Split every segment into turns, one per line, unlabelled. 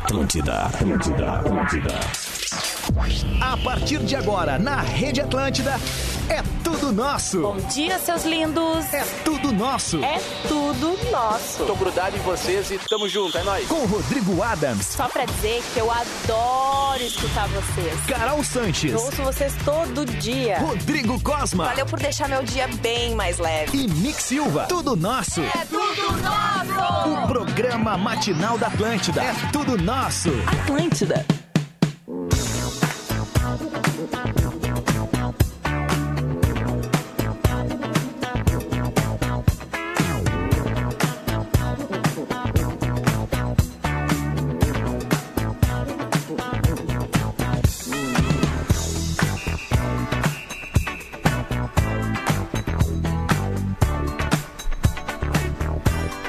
Atlântida, Atlântida, Atlântida.
A partir de agora, na Rede Atlântida, é tudo nosso.
Bom dia, seus lindos.
É tudo nosso.
É tudo nosso.
Tô grudado em vocês e tamo junto, é nóis.
Com Rodrigo Adams,
Só pra dizer que eu adoro escutar vocês.
Carol Sanches,
Eu ouço vocês todo dia.
Rodrigo Cosma
Valeu por deixar meu dia bem mais leve.
e Nick Silva. Tudo nosso.
É tudo nosso.
O programa matinal da Atlântida. É tudo nosso.
Atlântida.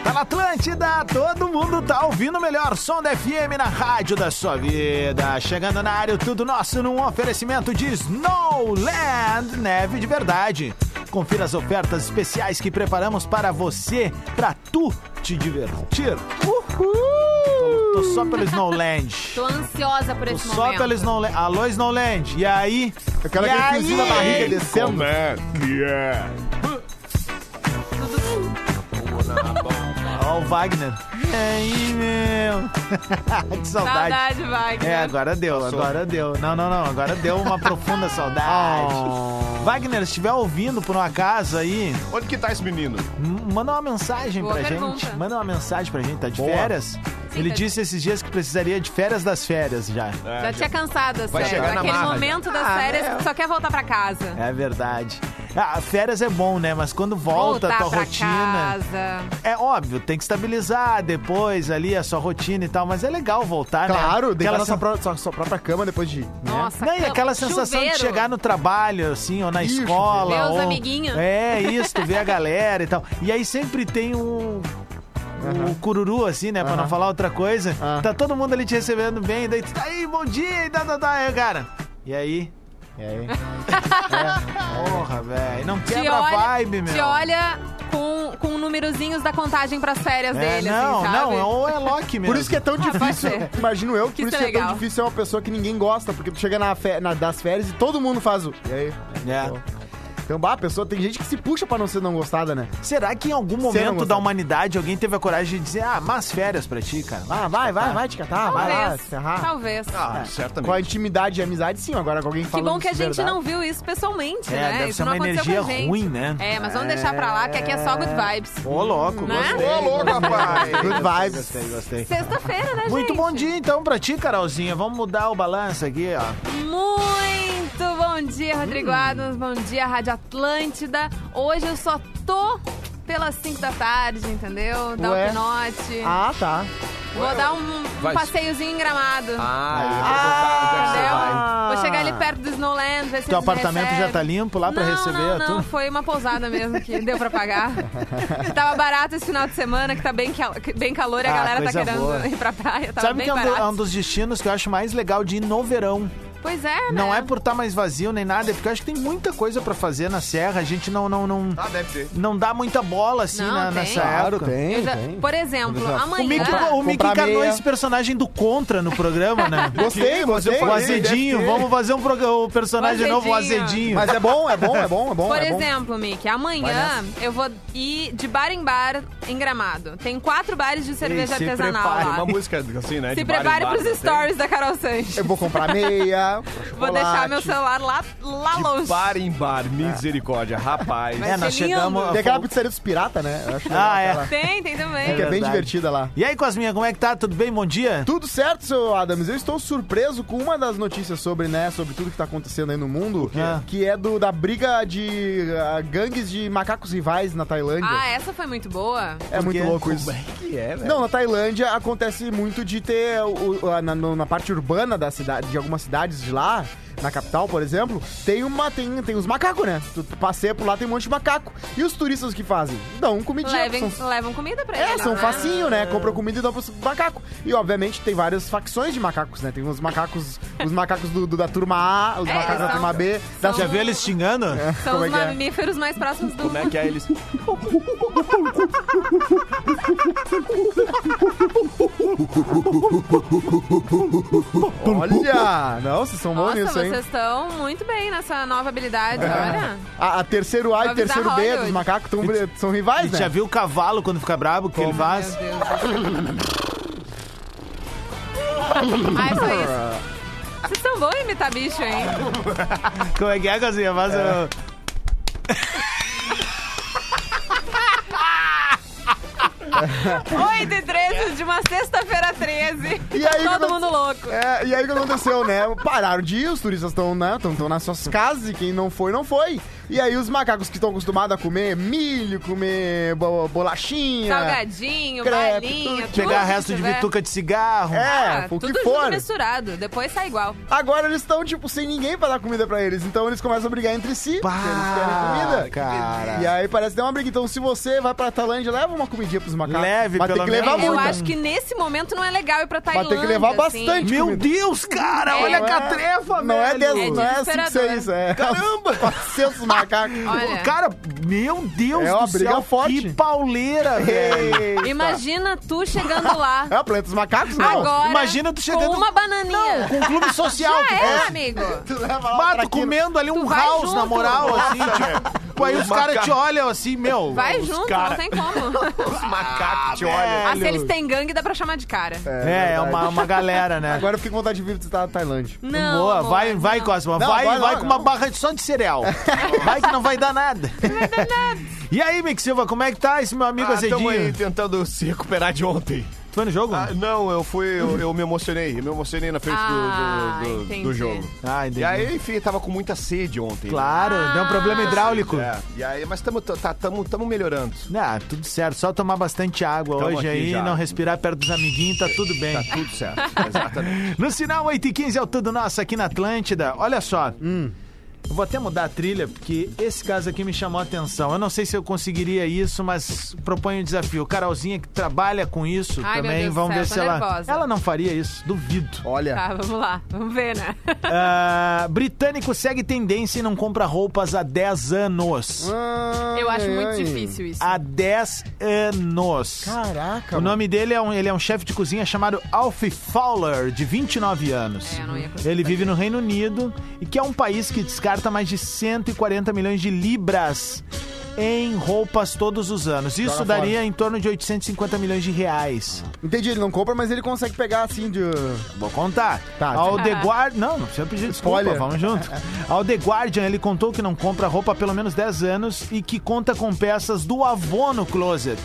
Tá na Atlântida, todo mundo tá ouvindo o melhor som da FM na rádio da sua vida. Chegando na área, tudo nosso num oferecimento de Snowland, neve de verdade. Confira as ofertas especiais que preparamos para você, pra tu te divertir. Uhul! Tô só pelo Snowland.
Tô ansiosa por
Tô
esse
só
momento.
pelo Snowland. Alô, Snowland. E aí?
Aquela
e
que eu fiz na barriga descendo.
Como
é que é?
Ó o Wagner. E aí, meu? que saudade.
Saudade, Wagner.
É, agora deu, agora deu. Não, não, não, agora deu uma profunda saudade. Wagner, se estiver ouvindo por um acaso aí,
Onde que tá esse menino?
m- manda uma mensagem
Boa
pra
pergunta.
gente. Manda uma mensagem pra gente, tá de
Boa.
férias? Ele
tá de-
disse esses dias que precisaria de férias das férias já.
É.
Já tinha cansado, sério.
chegar na
Aquele
marra,
momento das férias que tu só quer voltar pra casa.
É verdade. Ah, férias é bom, né? Mas quando volta a
voltar
tua
pra
rotina.
casa.
É óbvio, tem que estabilizar depois ali a sua rotina e tal, mas é legal voltar, né?
Claro,
Aquela
deitar na sua,
sen-
pró- sua- sua própria cama depois de.
Nossa,
Não, e
cama-
aquela sensação de
chuveiro.
chegar no trabalho, assim, ou na
Ixi,
escola.
ver os
ou...
amiguinhos.
É, isso, tu vê a galera e tal. E aí sempre tem um. O cururu, assim, né? Pra não
Aham.
falar outra coisa.
Ah.
Tá todo mundo ali te recebendo bem. Daí tu tá aí, bom dia, e tá, tá, tá. Aí, cara. E aí?
É,
Porra, velho. Não
Te
quebra a
olha-
vibe, meu.
Te olha com, com numerozinhos da contagem pras férias
É,
dele,
não,
assim, sabe?
não, ou é Loki mesmo.
Por isso que é tão difícil,
pode ser.
imagino eu,
Que
por isso
isso
que
é
é tão
legal.
difícil ser uma pessoa que ninguém gosta, porque tu chega na fe- na- das férias e todo mundo faz o. E aí?
É.
Então, bah, a pessoa, tem gente que se puxa pra não ser não gostada, né?
Será que em algum
Você não
momento da
gostava?
humanidade alguém teve a coragem de dizer, ah, más férias pra ti, cara?
Ah, vai, vai, vai te catar, vai lá,
Talvez.
se ferrar.
Talvez.
Ah, Com a intimidade e amizade, sim, agora com alguém
Que
falando
bom que a
de
gente
verdade.
não viu isso pessoalmente,
É,
né?
deve
isso
ser
não
uma
aconteceu com a
energia
gente.
ruim, né?
É, mas vamos deixar pra lá, que aqui é só good vibes.
Ô, louco,
Né?
gostei.
Ô, louco, rapaz.
Gostei, gostei,
Good vibes.
Gostei, gostei.
Sexta-feira, né,
É. Muito
gente?
bom dia então pra ti, Carolzinha. Vamos mudar o balanço aqui, ó.
Muito bom dia,
Hum.
Rodrigo Adams. Bom dia, Rádio Atlântida. Hoje eu só tô pelas 5 da tarde, entendeu? Dá
Ué?
um pinote.
Ah, tá.
Vou dar um, um
Vai.
passeiozinho em gramado.
Ah,
entendeu? Vou chegar ali perto do Snowland, ver
Teu
se eles me
apartamento já
recebem.
tá limpo lá pra
não,
receber é
não,
a
não,
tua?
foi uma pousada mesmo que deu pra pagar. Que tava barato esse final de semana, que tá bem, cal- bem calor e a
Ah,
galera tá
coisa
querendo
boa.
ir pra praia. Tava
Sabe
bem
que é um, do-
barato.
é um dos destinos que eu acho mais legal de ir no verão.
Pois é, né?
Não é por estar mais vazio nem nada, é porque eu acho que tem muita coisa pra fazer na serra. A gente não não não,
Ah, deve ser.
não dá muita bola assim
Não,
na,
tem.
nessa
Claro,
época.
tem,
Eu já-
tem.
por exemplo,
Por exemplo,
amanhã.
O Mickey, o Mickey
Comprar
encarnou
meia.
esse personagem do contra no programa, né?
Gostei, gostei.
O é Azedinho,
Deve ter.
vamos fazer um proga- o personagem
O
novo, o
Um Azedinho.
Azedinho.
Mas é bom, é bom, é bom, é bom.
Por
é bom.
exemplo, Mickey,
Vai
amanhã eu vou ir de bar em bar em Gramado. Tem quatro bares de cerveja
se
artesanal
prepare,
lá.
música assim, né?
Se prepare pros stories da Carol Sanches.
tá Eu vou comprar meia.
Vou deixar meu celular lá, lá longe.
em
É.
bar, misericórdia, rapaz.
É, nós
ser lindo.
chegamos.
Tem aquela pizzaria dos pirata, né? Eu acho legal
Ah, é.
aquela,
Tem, tem também.
Que é bem
Verdade.
divertida lá.
E aí, Cosminha, como é que tá? Tudo bem? Bom dia?
Tudo certo, seu Adams. Eu estou surpreso com uma das notícias sobre, né, sobre tudo que tá acontecendo aí no mundo,
Ah.
que é do da briga de ah, gangues de macacos rivais na Tailândia.
Ah, essa foi muito boa.
É
Por quê?
muito louco isso.
que é, velho?
Não, na Tailândia acontece muito de ter o- o- a- na, no- na parte urbana da cidade, de algumas cidades de lá, na capital, por exemplo, tem uma tem, tem os macacos, né? Tu passeia por lá, tem um monte de macaco. E os turistas o que fazem? Dão comidinha.
Levem,
são-
levam comida pra
é,
eles.
são
né?
facinho, né? Compra comida e dá pros macacos. E, obviamente, tem várias facções de macacos, né? Tem os macacos, os macacos do, do- da turma A, os
É,
macacos da
são-
turma B. Da...
Já viu eles xingando?
São
Como
os
é Né? que é?
mamíferos mais próximos do
Como é que é eles.
Olha! Não, vocês são bons
Nossa,
nisso, hein?
vocês estão muito bem nessa nova habilidade, olha.
A, a terceiro A e
Vou
terceiro
avisar
B dos
Hollywood.
macacos tão- são rivais, né?
Já viu o cavalo quando fica brabo, o que ele faz?
Meu Deus. Ai, Ah, é só isso. Vocês são bons em imitar bicho, hein?
Como é que é, Cozinha? Faz o-
Oito e 13 de uma sexta-feira 13.
E aí,
Todo
quando-
mundo louco.
É, e aí o que aconteceu, né? Pararam de ir, os turistas estão né, tão, tão nas suas casas e quem não foi, não foi. E aí os macacos que estão acostumados a comer milho, comer bo- bolachinha.
Salgadinho,
tá? Crepe,
balinha, tudo.
Pegar
que
resto de
tiver.
bituca de cigarro.
É,
Ah,
o
tudo
que
junto
for.
misturado. Depois sai igual.
Agora eles estão, tipo, sem ninguém pra dar comida pra eles. Então eles começam a brigar entre si.
Pá,
porque eles querem comida.
cara.
E aí parece que deu uma briga. Então se você vai pra Tailândia, leva uma comidinha pros macacos.
Leve,
mas tem
pelo
que levar
menos.
Eu
muita.
acho que nesse momento não é legal ir pra
Tá Mas
Tailândia.
tem que levar
assim.
bastante.
Meu
comida.
Deus, cara!
É,
olha a
não é-
catrefa,
Não é
velho!
10,
É
não é 5,
desesperador.
6. É. Caramba! 400 macacos.
Olha,
É. Cara, meu Deus
É
do
uma briga
céu,
forte.
que pauleira, velho!
imagina tu chegando lá.
É o planeta dos macacos, não.
Agora,
imagina tu chegando-
com uma bananinha.
Com um clube social,
Já
tu
é,
faz.
amigo.
Tu leva lá um
Mato
traquinho.
comendo ali um
vai
house, na
junto.
moral, assim, tipo. Pô, aí os caras te olham assim, meu.
Vai
os
junto,
cara-
não tem como.
Os macacos te
ah,
Velho.
se eles têm gangue, dá pra chamar de cara.
É, é uma, uma galera, né?
Agora eu fiquei com vontade de vir visitar a Tailândia.
Não,
Boa,
amor,
vai, vai,
não.
Cosma.
Não,
vai, vai,
vai lá,
com uma
não.
barra de só de cereal. vai que não vai dar nada. e aí, Mick Silva, como é que tá esse meu amigo
Ah, tamo aí
Acedinho?
tentando se recuperar de ontem.
Foi no jogo?
Ah, não, eu fui, eu, eu me emocionei, eu me emocionei na frente
Ah,
do, do- do,
entendi.
do jogo.
Ah, entendi.
E aí, enfim, tava com muita sede ontem. né?
Claro, deu um problema hidráulico.
É, e aí, mas estamos tá, tamo, tamo melhorando.
Ah, tudo certo. Só tomar bastante água
Tamo
hoje
aqui
aí,
já.
não respirar perto dos amiguinhos, tá tudo bem.
Tá tudo certo, exatamente.
No sinal 8 e 15 é o Tudo Nosso aqui na Atlântida. Olha só. Eu vou até mudar a trilha, porque esse caso aqui me chamou a atenção. Eu não sei se eu conseguiria isso, mas proponho um desafio. Carolzinha que trabalha com isso
Ai, meu
também,
Deus do
vamos
céu,
ver
tô
se ela.
nervosa.
Ela não faria isso, duvido.
Olha.
Tá, vamos lá. Vamos ver, né?
Ah, britânico segue tendência e não compra roupas há 10 anos.
Eu acho
Ai,
muito
ai.
difícil isso.
Há 10 anos.
Caraca,
O nome dele é um, ele é um chefe de cozinha chamado Alf Fowler, de 29 anos.
É, eu não ia conseguir
ele vive no Reino Unido e que é um país que descarta mais de 140 milhões de libras em roupas todos os anos. Isso
Joga
daria em torno de 850 milhões de reais.
mano. Entendi, ele não compra, mas ele consegue pegar assim de.
Vou contar.
Tá.
Ao The Guard... Não, não precisa pedir desculpa,
Spoiler.
vamos junto. Ao The Guardian, ele contou que não compra roupa há pelo menos 10 anos e que conta com peças do avô no closet.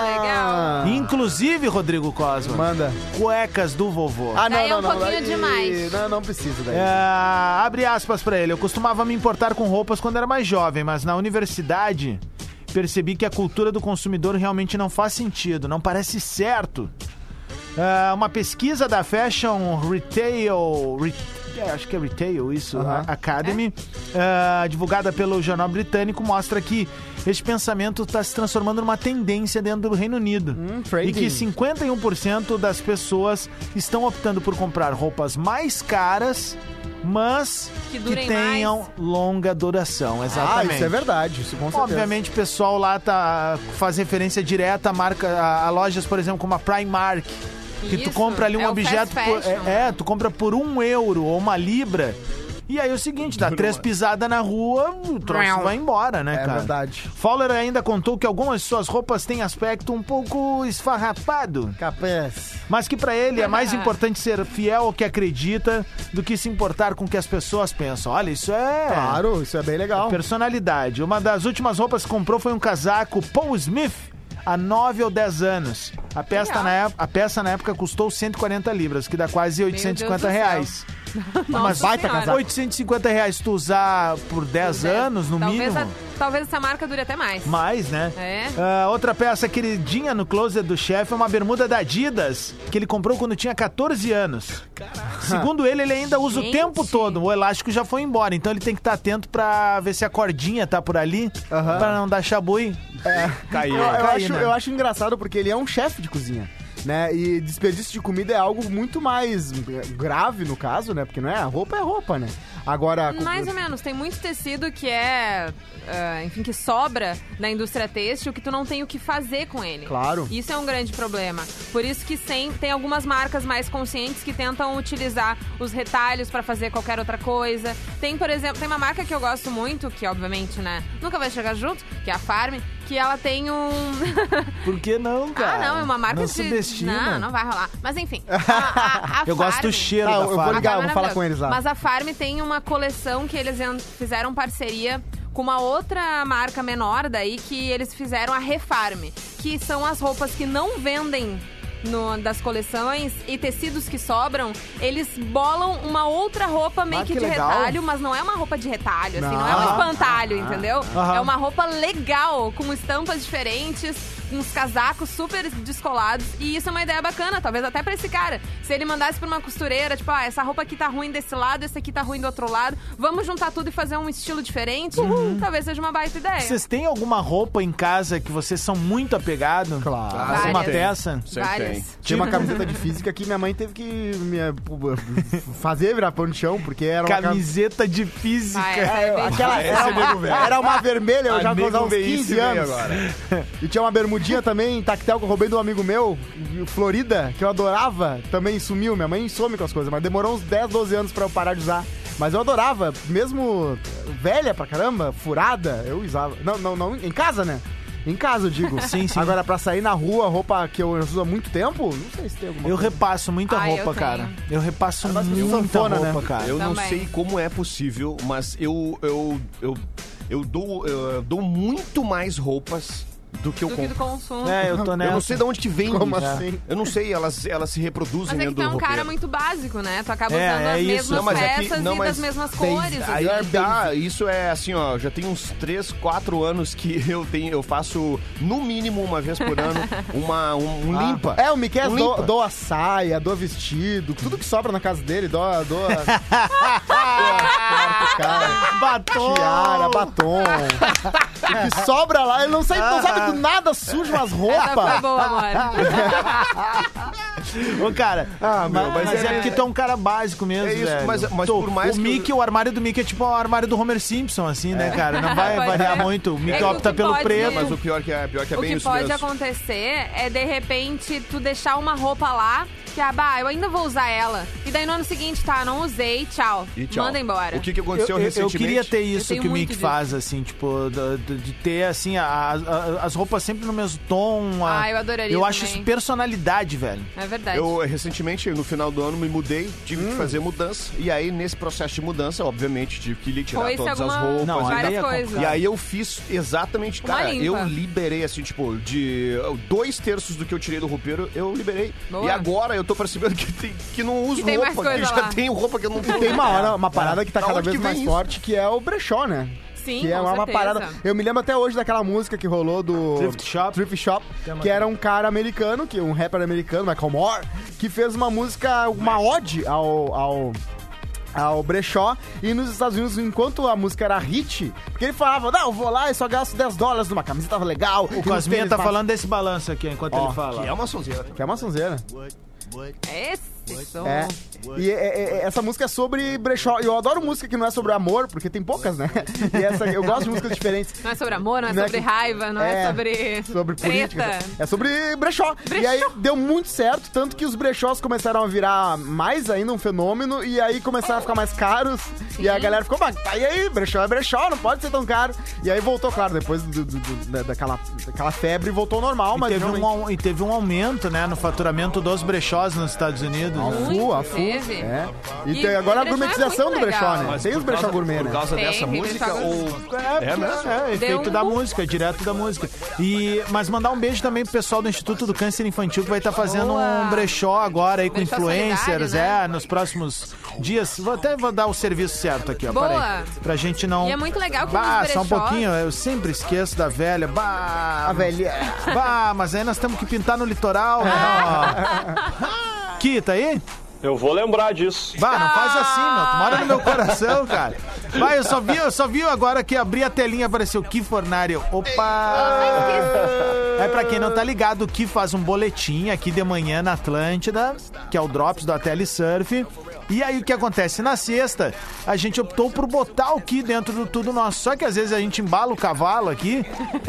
Ah,
Inclusive, Rodrigo Cosma,
Manda.
cuecas do vovô.
Ah,
Daí é um pouquinho demais.
Não, não precisa daí. Ah,
É, abre aspas pra ele. Eu costumava me importar com roupas quando era mais jovem, mas na universidade percebi que a cultura do consumidor realmente não faz sentido, não parece certo. É, uma pesquisa da Fashion Retail. Re- é, acho que é Retail, isso,
Aham.
a- Academy, é, divulgada pelo jornal britânico, mostra que esse pensamento está se transformando numa tendência dentro do Reino Unido.
trending.
e que 51% das pessoas estão optando por comprar roupas mais caras, mas que,
Que durem
tenham longa duração.
Ah,
Exatamente.
isso é verdade, isso com certeza.
Obviamente, o pessoal lá tá, faz referência direta a, marca, a, a lojas, por exemplo, como a Primark. Que tu
Isso,
compra ali um
é o
objeto.
fast
por-
fashion.
é, é, tu compra por um euro ou uma libra. E aí é o seguinte, dá três pisadas na rua, o troço vai embora, né,
É
cara?
verdade.
Fowler ainda contou que algumas de suas roupas têm aspecto um pouco esfarrapado
Capaz.
mas que pra ele é mais importante ser fiel ao que acredita do que se importar com o que as pessoas pensam. Olha, isso é
Claro, isso é bem legal.
personalidade. Uma das últimas roupas que comprou foi um casaco Paul Smith há 9 ou 10 anos. A peça,
Legal.
na época, a peça na época custou 140 libras, que dá quase
Deus do
850
céu.
reais. Mas
Nossa
baita
Senhora.
casaco. 850 reais tu usar por 10 anos, no
talvez
mínimo.
a- talvez essa marca dure até mais.
Mais, né?
É.
Ah, outra peça queridinha no closet do chefe é uma bermuda da Adidas, que ele comprou quando tinha 14 anos. Segundo ele, ele ainda usa o
Gente.
tempo todo. O elástico já foi embora, então ele tem que estar atento pra ver se a cordinha tá por ali,
Aham.
pra não dar chabui.
Eu,
Caiu.
eu
Caí,
acho,
né?
eu acho engraçado porque ele é um chefe de cozinha. Né? E desperdício de comida é algo muito mais grave no caso, né? Porque não é a roupa, é roupa, né? Agora. com-
Mais ou menos, tem muito tecido que é, ah, enfim, que sobra da indústria têxtil que tu não tem o que fazer com ele.
Claro.
Isso é um grande problema. Por isso que sem, tem algumas marcas mais conscientes que tentam utilizar os retalhos pra fazer qualquer outra coisa. Tem, por exemplo, tem uma marca que eu gosto muito, que obviamente, né, nunca vai chegar junto, que é a Farm, que ela tem um
Por que não, cara?
Ah, não, é uma marca
não
de
subestima.
Não, não vai rolar. Mas enfim, a- a- a
Eu gosto do
Farm-
cheiro
Tá,
da
eu vou
farda.
ligar.
a
vou
Farm é
falar com
maravilhosa.
eles lá.
Mas a Farm tem uma coleção que eles en- fizeram parceria com uma outra marca menor daí que eles fizeram a Refarm, que são as roupas que não vendem no- das coleções e tecidos que sobram, eles bolam uma outra roupa meio
Ah,
que,
que
de
legal.
retalho, mas não é uma roupa de retalho, assim, não, é um
Não.
espantalho,
Ah.
entendeu?
Aham.
É uma roupa legal, com estampas diferentes, uns casacos super descolados. E isso é uma ideia bacana, talvez até pra esse cara. Se ele mandasse pra uma costureira, tipo, ah, essa roupa aqui tá ruim desse lado, esse aqui tá ruim do outro lado, vamos juntar tudo e fazer um estilo diferente,
Uhum.
Uhum. talvez seja uma baita ideia.
Vocês têm alguma roupa em casa que vocês são muito apegados?
Claro.
Assim, uma
Várias.
peça?
Várias.
Tinha uma camiseta de física que minha mãe teve que me eh, pu- fazer virar pão de chão, porque era uma camiseta.
Camiseta de física.
Ah,
É,
é,
eu- aquela era, uma, era uma vermelha, eu já vou usar uns 15 anos. E tinha uma bermudinha também, tactel, que eu roubei de um amigo meu, Florida, que eu adorava. Também sumiu, minha mãe some com as coisas, mas demorou uns 10, 12 anos pra eu parar de usar. Mas eu adorava, mesmo velha pra caramba, furada, eu usava. Não, não, não, em casa, né? Em casa, eu digo.
Sim, sim.
Agora, pra sair na rua, roupa que eu uso há muito tempo, não sei se tem alguma
Eu
coisa.
repasso muita
Ah, eu
roupa,
tenho.
cara. Eu repasso
Mas você
muita
sanfona, né?
roupa, cara.
Ah, Eu não
Também.
sei como é possível, mas eu eu eu, eu dou eu dou muito mais roupas do que eu
do que do
compro.
consumo.
É, eu tô
Eu
nessa.
não sei de onde que vem
Como
isso.
assim?
Eu não sei, elas elas se reproduzem
Mas é que
dentro
tu é
do
um cara
roupeiro.
muito básico, né? Tu acaba
É,
usando
é
as
isso.
mesmas
Não,
mas é que-
peças
não,
e
mas
das mesmas
tem-
cores.
Aí
assim.
é que tá, isso é assim, ó, já tem uns 3, 4 anos que eu tenho, eu faço no mínimo uma vez por ano uma um, um
Ah.
limpa.
É, o Miquel
Um
do-
limpa.
doa saia, doa vestido, tudo que sobra na casa dele, doa. doa... doa cara,
Batom!
tiara, batom. O que sobra lá, ele não, sai, não
Ah.
sabe do nada, suja umas
Essa foi
roupas.
Tá boa, amor.
Ô, cara,
Ah, meu,
mas,
mas
mas é,
é-
porque tu é um cara básico mesmo,
É isso,
velho.
mas- mas
Tu-
por mais
O
que
Mickey, o armário do Mickey é tipo o armário do Homer Simpson, assim, né, cara? Não vai
Pois
variar
é.
muito. O Mickey
É, o
opta
que
pelo
pode-
preto.
Mas o pior que é, pior que é
O
bem
que
isso
pode
mesmo.
acontecer é, de repente, tu deixar uma roupa lá, que, ah, bah, eu ainda vou usar ela. E daí no ano seguinte, tá, não usei, tchau.
E tchau.
Manda embora.
O que, que
Eu,
aconteceu
eu- eu
recentemente?
queria ter isso
tenho
que o
muito
Mick
disso.
faz, assim, tipo, do- do- de, ter, assim, a- a- as roupas sempre no mesmo tom. a-
Ah, eu adoraria
Eu acho
também.
isso personalidade, velho.
É verdade. Hum.
Eu recentemente, no final do ano, me mudei, tive que fazer mudança. E aí, nesse processo de mudança, obviamente, tive que lhe tirar
Foi-se
todas
alguma-
as roupas.
Não,
e
aí é
várias coisas.
E aí eu fiz exatamente,
Uma
cara,
limpa.
eu liberei assim, tipo, de dois terços do que eu tirei do roupeiro, eu liberei.
Boa.
E agora eu tô percebendo que, tem- que não uso
tem mais
roupa, que
coisa
já
lá.
tenho roupa que eu não tô
Tem uma hora, uma parada
É.
que tá
Da
cada
onde
vez
que
mais
vem isso?
forte, que é o brechó, né?
Sim,
que é
com
uma
certeza.
parada. Eu me lembro até hoje daquela música que rolou do
Thrift Shop. é
Thrift Shop,
uma
que era um cara americano, que um rapper americano, Michael Moore, que fez uma música, uma ode ao ao ao brechó e nos Estados Unidos, enquanto a música era hit, porque ele falava, não, eu vou lá e só gasto 10 dólares numa camiseta legal.
O Cosminha tá falando desse balanço aqui, enquanto
Ó,
ele fala.
Que é uma sonzeira. né?
Que é uma sonzeira.
É esse som.
É. E é- é- é- essa música é sobre brechó. E eu adoro música que não é sobre amor, porque tem poucas, né? E essa, eu gosto de músicas diferentes.
Não é sobre amor, não é
Não é
sobre
que-
raiva, não é, sobre.
sobre política.
treta.
É sobre brechó. E aí deu muito certo, tanto que os brechós começaram a virar mais ainda um fenômeno e aí começaram a ficar mais caros. E a galera ficou, mas tá, e aí, brechó é brechó, não pode ser tão caro. E aí voltou, claro, depois do- do- do- da- daquela, daquela febre voltou ao normal,
E
mas
teve, um,
realmente-
au- e teve um aumento, né, no faturamento dos brechós nos Estados Unidos. né?
a full, a
Muito,
full,
inclusive.
É. E,
E
tem agora a
brechó é
gourmetização
muito
do brechó,
legal.
né?
Mas
Tem os
por causa-
brechó gourmet,
Por
né?
causa
Tem,
dessa
tem
música
brechó
ou... É mesmo?
É, efeito
um
da
boom.
música, direto da música. E, mas mandar um beijo também pro pessoal do Instituto do Câncer Infantil que vai estar fazendo
Boa.
um brechó agora aí com
Brechó
influencers,
solidário, né?
é, nos próximos dias. Vou até vou dar o serviço certo aqui, ó.
Boa.
Peraí, pra gente não.
E é muito legal que
Bah,
nos
só um
brechós-
pouquinho, eu sempre esqueço da velha. Bah,
A velha.
Bah, mas aí nós temos que pintar no litoral, né? ó. Ki, tá aí?
Eu vou lembrar disso.
Bah, não faz assim, meu. Tu mora no meu coração, cara. Bah, eu só vi, eu só vi agora que abri a telinha e apareceu Ki Fornário. Opa! É pra quem não tá ligado, o Ki faz um boletim aqui de manhã na Atlântida, que é o Drops do Ateli Surf. E aí o que acontece? Na sexta, a gente optou por botar o Ki dentro do tudo nosso. Só que às vezes a gente embala o cavalo aqui,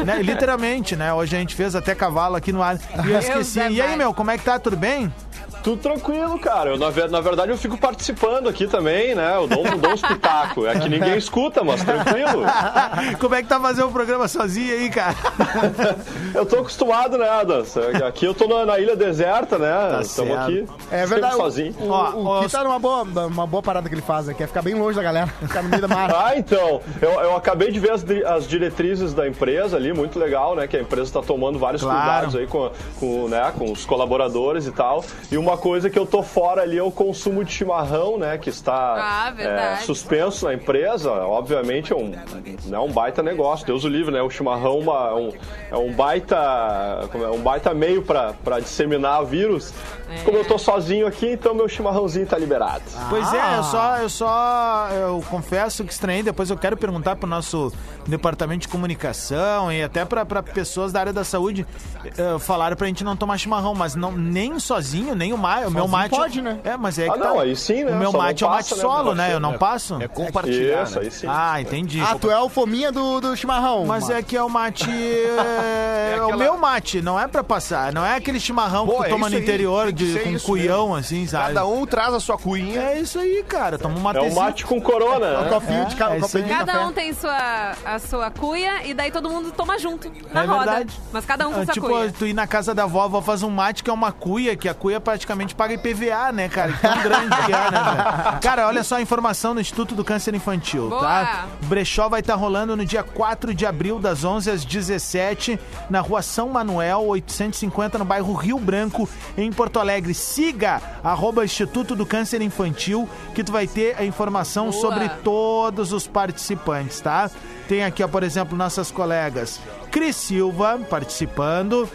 né? Literalmente, né? Hoje a gente fez até cavalo aqui no ar. E eu esqueci.
Zé
E aí,
Mário.
meu, como é que tá? Tudo bem?
Tudo tranquilo, cara. Eu, na, ve- na verdade, eu fico participando aqui também, né? Eu dou, um- dou uns pitacos. É que ninguém escuta, mas tranquilo.
Como é que tá fazendo o programa sozinho aí, cara?
Eu tô acostumado, né, Adas? Aqui eu tô na, na ilha deserta, né? Estamos
certo.
aqui.
Tá É verdade.
sempre
o-
sozinho.
O,
Ó,
o,
ó,
Ki tá numa boa, uma boa parada que ele faz, né? Que é ficar bem longe da galera. Ficar no meio da mata.
Ah, então, eu, eu acabei de ver as, di- as diretrizes da empresa ali, muito legal, né? Que a empresa está tomando vários
Claro.
cuidados aí com, com, né, com os colaboradores e tal. E uma coisa que eu tô fora ali é o consumo de chimarrão, né? Que está
Ah, verdade.
é, suspenso na empresa. Obviamente é um, né, um baita negócio, Deus o livre, né? O chimarrão é uma- é um, é um baita como é, um baita meio para disseminar vírus.
É.
Como eu tô sozinho aqui, então meu chimarrãozinho tá liberado.
Pois é, eu só, eu só eu confesso que estranhei, depois eu quero perguntar pro nosso departamento de comunicação e até pra pra pessoas da área da saúde eh, falaram pra gente não tomar chimarrão, mas não, nem sozinho, nem o mate, o meu mate.
pode, né?
É, mas é que
Ah, não,
tá.
aí sim, né?
O meu
Só não
mate é o mate
passa, né,
solo,
meu
né? Eu não passo.
É compartilhar,
Isso,
né?
aí sim.
Ah, entendi.
Ah, tu é o fominha do, do chimarrão.
Mas
mano.
é que é o mate. É,
aquela-
o meu mate, não é pra passar. Não é aquele chimarrão
Pô,
que
é
tu toma
isso
no
aí,
interior
tem que
de,
ser
com
isso
cuião, assim, sabe?
Cada um traz a sua cuinha.
É isso aí, cara. Toma um
É o
matezinho.
mate com corona, né?
Um Copinho de ca-
É, é isso aí.
copinho de
Cada
café.
um tem sua, a sua cuia e daí todo mundo toma junto na
É
roda.
verdade.
Mas cada um com
Ah,
sua
tipo,
cuia.
tu ir na casa da vovó faz um mate que é uma cuia, que a cuia praticamente paga IPVA, né, cara? Que Tão grande que é, né, velho? Cara, olha só a informação do Instituto do Câncer Infantil,
Boa.
tá? O brechó vai estar rolando no dia 4 de abril, das 11 às 17, na rua São Manuel, 850, no bairro Rio Branco, em Porto Alegre. Siga arroba Instituto do Câncer Infantil, que tu vai ter a informação
Boa.
sobre todos os participantes, tá? Tem aqui, ó, por exemplo, nossas colegas Cris Silva participando.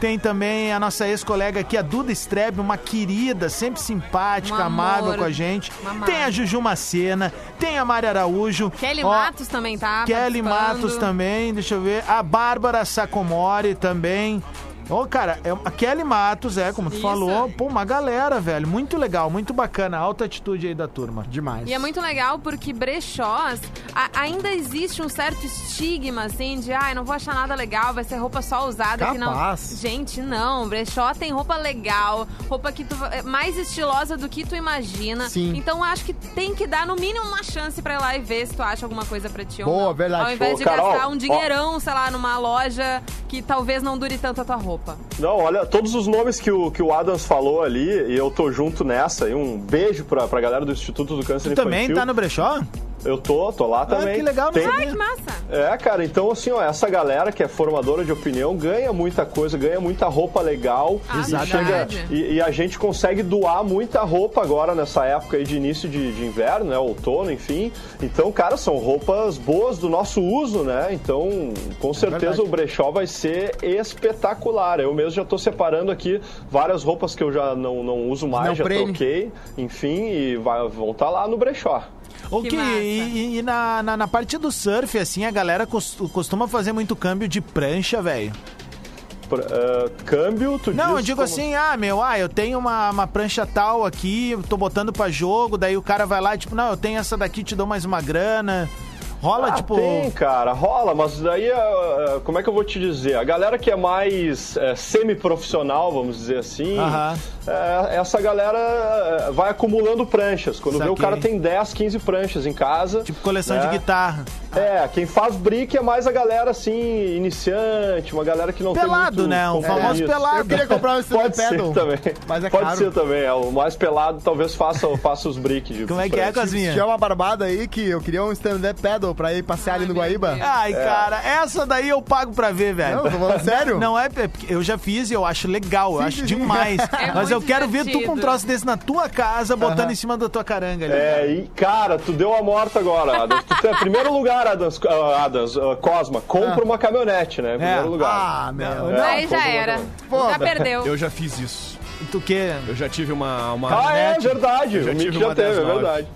Tem também a nossa ex-colega aqui, a Duda Strebe, uma querida, sempre simpática,
Um
amável
amor.
com a gente.
Um amor.
Tem a Juju Macena, tem a Mari Araújo.
Kelly
Ó,
Matos também tá.
Kelly
participando.
Matos também, deixa eu ver. A Bárbara Sacomori também. Ô, cara, é, a Kelly Matos, é, como tu
Isso.
falou, pô, uma galera, velho. Muito legal, muito bacana. Alta atitude aí da turma.
Demais.
E é muito legal porque brechós a- ainda existe um certo estigma, assim, de ai, não vou achar nada legal, vai ser roupa só usada que não.
Capaz.
Gente, não, brechó tem roupa legal, roupa que tu é mais estilosa do que tu imagina.
Sim.
Então acho que tem que dar no mínimo uma chance pra ir lá e ver se tu acha alguma coisa pra ti ou
Boa,
não.
verdade.
Ao invés
Ô,
de
Carol,
gastar um dinheirão, sei lá, numa loja que talvez não dure tanto a tua roupa.
Não, olha, todos os nomes que o, que o Adams falou ali, e eu tô junto nessa, e um beijo pra, pra galera do Instituto do Câncer
Tu
Infantil.
também tá no brechó? Ah,
Eu tô, tô lá também.
que legal, né? não
Tem-
sabia.
Ai, que massa!
É, cara, então assim, ó, essa galera que é formadora de opinião ganha muita coisa, ganha muita roupa legal.
Ah,
e,
verdade.
e, e a gente consegue doar muita roupa agora nessa época aí de início de, de inverno, né? Outono, enfim. Então, cara, são roupas boas do nosso uso, né? Então, com
É
certeza o brechó vai ser espetacular. Eu mesmo já tô separando aqui várias roupas que eu já não, não uso mais,
Não
já
prêmio.
troquei, enfim, e vai- vão estar lá no brechó.
Ok,
Que massa.
e, e- e na, na, na parte do surf, assim, a galera cos- costuma fazer muito câmbio de prancha, velho.
Pra- ah, câmbio, tu
Não, eu
diz
digo
como-
assim, ah, meu, ah, eu tenho uma, uma prancha tal aqui, eu tô botando pra jogo, daí o cara vai lá e tipo, não, eu tenho essa daqui, te dou mais uma grana. Rola,
Ah,
tipo.
Tem, cara, rola, mas daí, ah, ah, como é que eu vou te dizer? A galera que é mais eh, semi-profissional, vamos dizer assim,
Aham.
eh, essa galera eh, vai acumulando pranchas. Quando vê o
Saquei.
cara tem 10, 15 pranchas em casa.
Tipo ah. coleção
né?
de guitarra.
É, quem faz brick é mais a galera assim, iniciante, uma galera que não
Pelado,
tem muito
né? O famoso
compromisso.
pelado. né,
Eu queria comprar um
Pode
instrumento
ser
pedal.
também.
mas é
Pode
caro.
ser também. é, O mais pelado talvez faça, faça os bricks. de
Como é que é,
frente.
Tinha
Cosminha?
uma barbada aí que eu queria um stand-up pedal pra ir passear ali no
meu
Guaíba.
Deus.
Ai, cara, essa daí eu pago pra ver, velho.
Não, tô falando sério.
É. Não é, porque eu já fiz e eu acho legal, eu
Sim,
acho
sim, sim.
demais.
É
Mas eu
muito
quero ver tu com um
divertido.
troço desse na tua casa, botando em cima da tua caranga ali.
É, e cara, tu deu a morta agora, Adams. Tu tem, primeiro lugar, Adams, ah, Adams ah, Cosma, compra uma caminhonete, né? Em Primeiro lugar.
Ah, meu.
É,
Aí já
compra uma
era.
caminhonete.
Já perdeu.
Eu já fiz isso.
Tu quê?
Eu já tive uma. uma
Ah, é
caminhonete.
verdade.
Eu já
O Mick
tive
já
uma
teve, é
19.
verdade.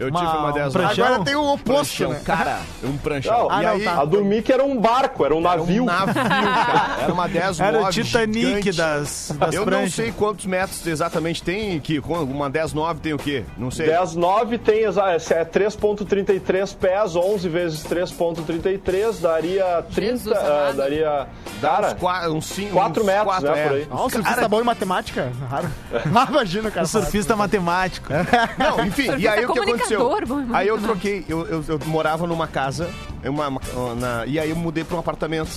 Eu
Uma-
tive uma
um
10
pranchão.
Agora tem o oposto,
Pranchão,
né?
cara. Um pranchão.
Não,
Ah,
E
não,
aí,
tá.
A do Mick era um barco, era um
Era um
navio.
navio, cara. Era uma 10
Era o
nove
Titanic
gigante.
das, das
Eu não
pranchas.
sei quantos metros exatamente tem, que uma 10 9 tem o quê? Não sei.
10, 9 tem exa- é 3.33 pés, 11 vezes 3.33 daria 30,
Jesus
ah,
amado.
daria... Cara,
Quatro, uns é. 5,
4 é. metros, né, por aí.
Ah, o surfista bom em matemática? Raro. Imagina, cara.
O surfista matemático.
Não, enfim, e aí o que aconteceu?
comunicador, bom,
Aí eu
muito
troquei, eu, eu, eu morava numa casa, uma, uma- na- e aí eu mudei pra um apartamento.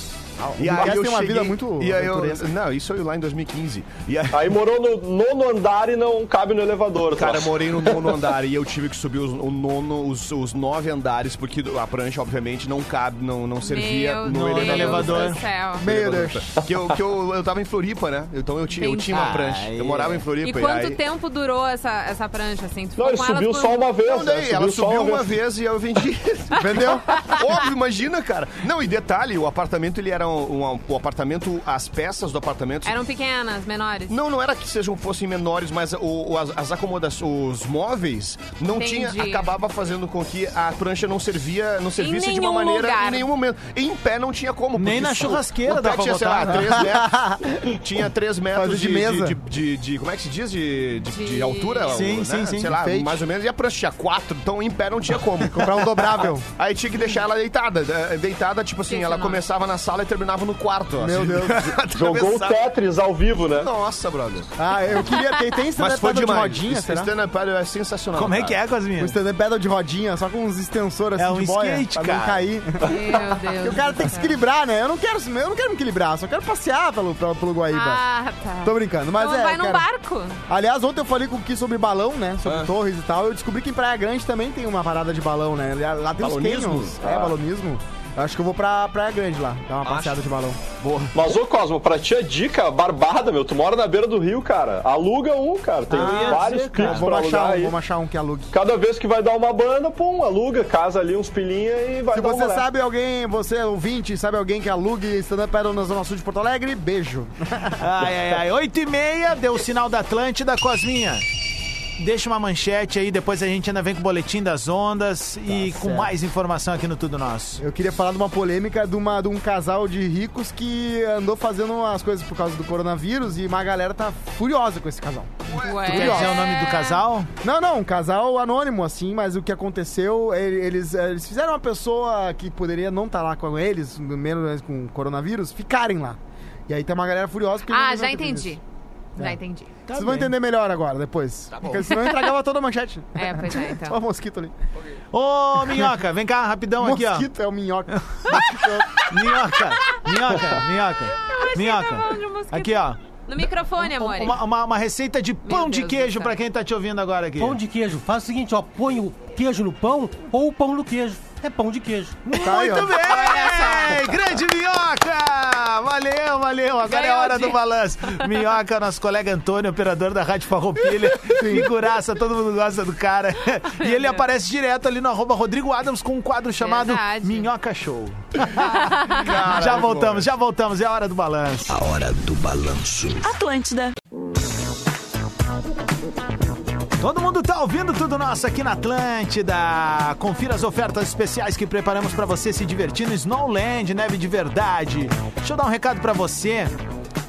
E aí
Aliás,
eu
tem uma vida muito
e aí eu,
aventuresca.
Não, isso eu lá em 2015. E aí,
aí morou no nono andar e não cabe no elevador.
Cara, eu
troço.
morei no nono andar e eu tive que subir os, o nono, os, os nove andares, porque a prancha, obviamente, não cabe, não, não servia
Meu
no
Deus
elevador.
do céu.
Meu Deus.
Que eu, que eu, eu tava em Floripa, né? Então eu tinha, eu
Entendi.
tinha uma prancha. Eu morava em Floripa.
E
e aí-
quanto tempo durou essa, essa prancha, assim? Tu
Não, ele
ficou com ela
subiu
por-
só uma vez.
Não,
né?
daí, ela
só
subiu uma vez e eu vendi. Vendeu? Óbvio, imagina, cara. Não, e detalhe, o apartamento, ele era um, um- o apartamento, as peças do
um
apartamento...
Eram pequenas, menores.
Não, não era que sejam fossem menores, mas o, o- as, as acomodações, os móveis, não
Entendi.
tinha, acabava fazendo com que a prancha não servia, não servisse de uma
nenhum
maneira
lugar.
em nenhum momento. Em pé não tinha como.
Nem
porque
na
o-
churrasqueira
o pé
dava pra
tinha, sei lá,
botar, né?
três metros, tinha 3
Fazer
metros
de
de,
mesa.
De, de- de- como é que se diz? De, de- de
De-
altura?
Sim,
né?
sim, sim,
Sei lá,
enfeite.
mais ou menos. E a prancha tinha quatro, então em pé não tinha como.
Comprar um dobrável.
Aí tinha que deixar ela deitada. eh, Deitada, tipo assim,
Esse
ela
nome.
começava na sala e terminava no quarto. ó,
Meu
assim.
Deus.
Jogou o
Atravessava.
Tetris ao vivo, né?
Nossa, brother.
Ah, eu queria ter. Tem stand-up
Mas foi
pedal de
demais.
rodinha,
Esse
será?
stand-up paddle é sensacional.
Como é que é,
Um
Cosminha?
stand-up pedal de rodinha, só com uns extensores assim
É um
de boia.
skate,
pra não
cara.
cair.
Meu Deus.
E o cara
do
tem que se
céu.
equilibrar, né? Eu não quero, eu não quero me equilibrar, só quero passear pelo, pelo, pelo Guaíba.
Ah, tá.
Tô brincando, mas
então
é.
vai num
cara.
barco.
Aliás, ontem eu falei com o Ki sobre balão, né? Sobre
É.
torres e tal. Eu descobri que em Praia Grande também tem uma parada de balão, né? Lá- Lá tem
Balonismo?
os canyons.
Ah.
É, balonismo. Eu acho que eu vou pra Praia Grande lá, dar uma passeada de balão.
Mas, ô Cosmo, pra ti é dica barbada, meu. Tu mora na beira do rio, cara. Aluga um, cara. Tem
Ah, ia
vários
dizer, cara.
picos pra
Vamos
alugar
achar, um,
aí.
vamos achar um que alugue.
Cada vez que vai dar uma banda, pum, aluga, casa ali uns pilinha e vai
Se
dar
você
uma
sabe alguém, você ouvinte, sabe alguém que alugue stand-up paddle na Zona Sul de Porto Alegre, beijo.
Ai, ai, ai. Oito e meia, deu o sinal da Atlântida, Cosminha. Deixa uma manchete aí, depois a gente ainda vem com o boletim das ondas e com
Tá certo.
mais informação aqui no Tudo Nosso.
Eu queria falar de uma polêmica de, uma, de um casal de ricos que andou fazendo umas coisas por causa do coronavírus e uma galera tá furiosa com esse casal.
Ué.
Quer dizer o nome do casal?
Não, não, um casal anônimo, assim, mas o que aconteceu, ele- eles, eles fizeram uma pessoa que poderia não estar lá com eles, menos com coronavírus, ficarem lá. E aí tem uma galera furiosa porque...
Ah,
eles
já
não têm
entendi.
isso.
Já entendi.
Tá
Tá
Vocês vão entender melhor agora, depois. Tá bom. Porque senão eu entregava toda a manchete.
É, pois é, então.
Só o mosquito ali.
Ô, Minhoca, vem cá rapidão Então, aqui, ó.
mosquito é o minhoca.
Minhoca, minhoca, minhoca, minhoca.
falando de um mosquito.
Aqui, ó.
No microfone, amor.
Uma, uma- uma receita de pão de
Deus do
queijo
céu.
pra quem tá te ouvindo agora aqui.
Pão de queijo. Faz o seguinte, ó, põe o queijo no pão ou o pão no queijo. É pão de queijo.
Tá aí, ó.
Muito bem! Grande Minhoca! Valeu, valeu! Agora é a
Ganhou
hora
de-
do balanço. Minhoca, nosso colega Antônio, operador da Rádio Farroupilha. Figuraça, todo mundo gosta do cara. E ele aparece direto ali no arroba Rodrigo Adams com um quadro chamado
Verdade. Ah.
Minhoca Show. já voltamos, já voltamos. É a hora do balanço.
A hora do balanço.
Atlântida.
Todo mundo tá ouvindo tudo nosso aqui na Atlântida. Confira as ofertas especiais que preparamos pra você se divertir no Snowland, neve de verdade. Deixa eu dar um recado pra você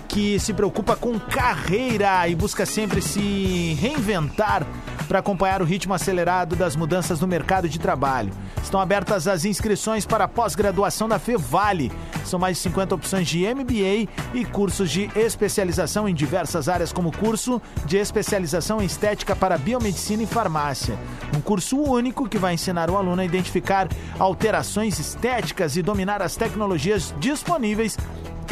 que se preocupa com carreira e busca sempre se reinventar. para acompanhar o ritmo acelerado das mudanças no mercado de trabalho. Estão abertas as inscrições para a pós-graduação da Fevale. São mais de 50 opções de MBA e cursos de especialização em diversas áreas, como curso de especialização em estética para biomedicina e farmácia. Um curso único que vai ensinar o aluno a identificar alterações estéticas e dominar as tecnologias disponíveis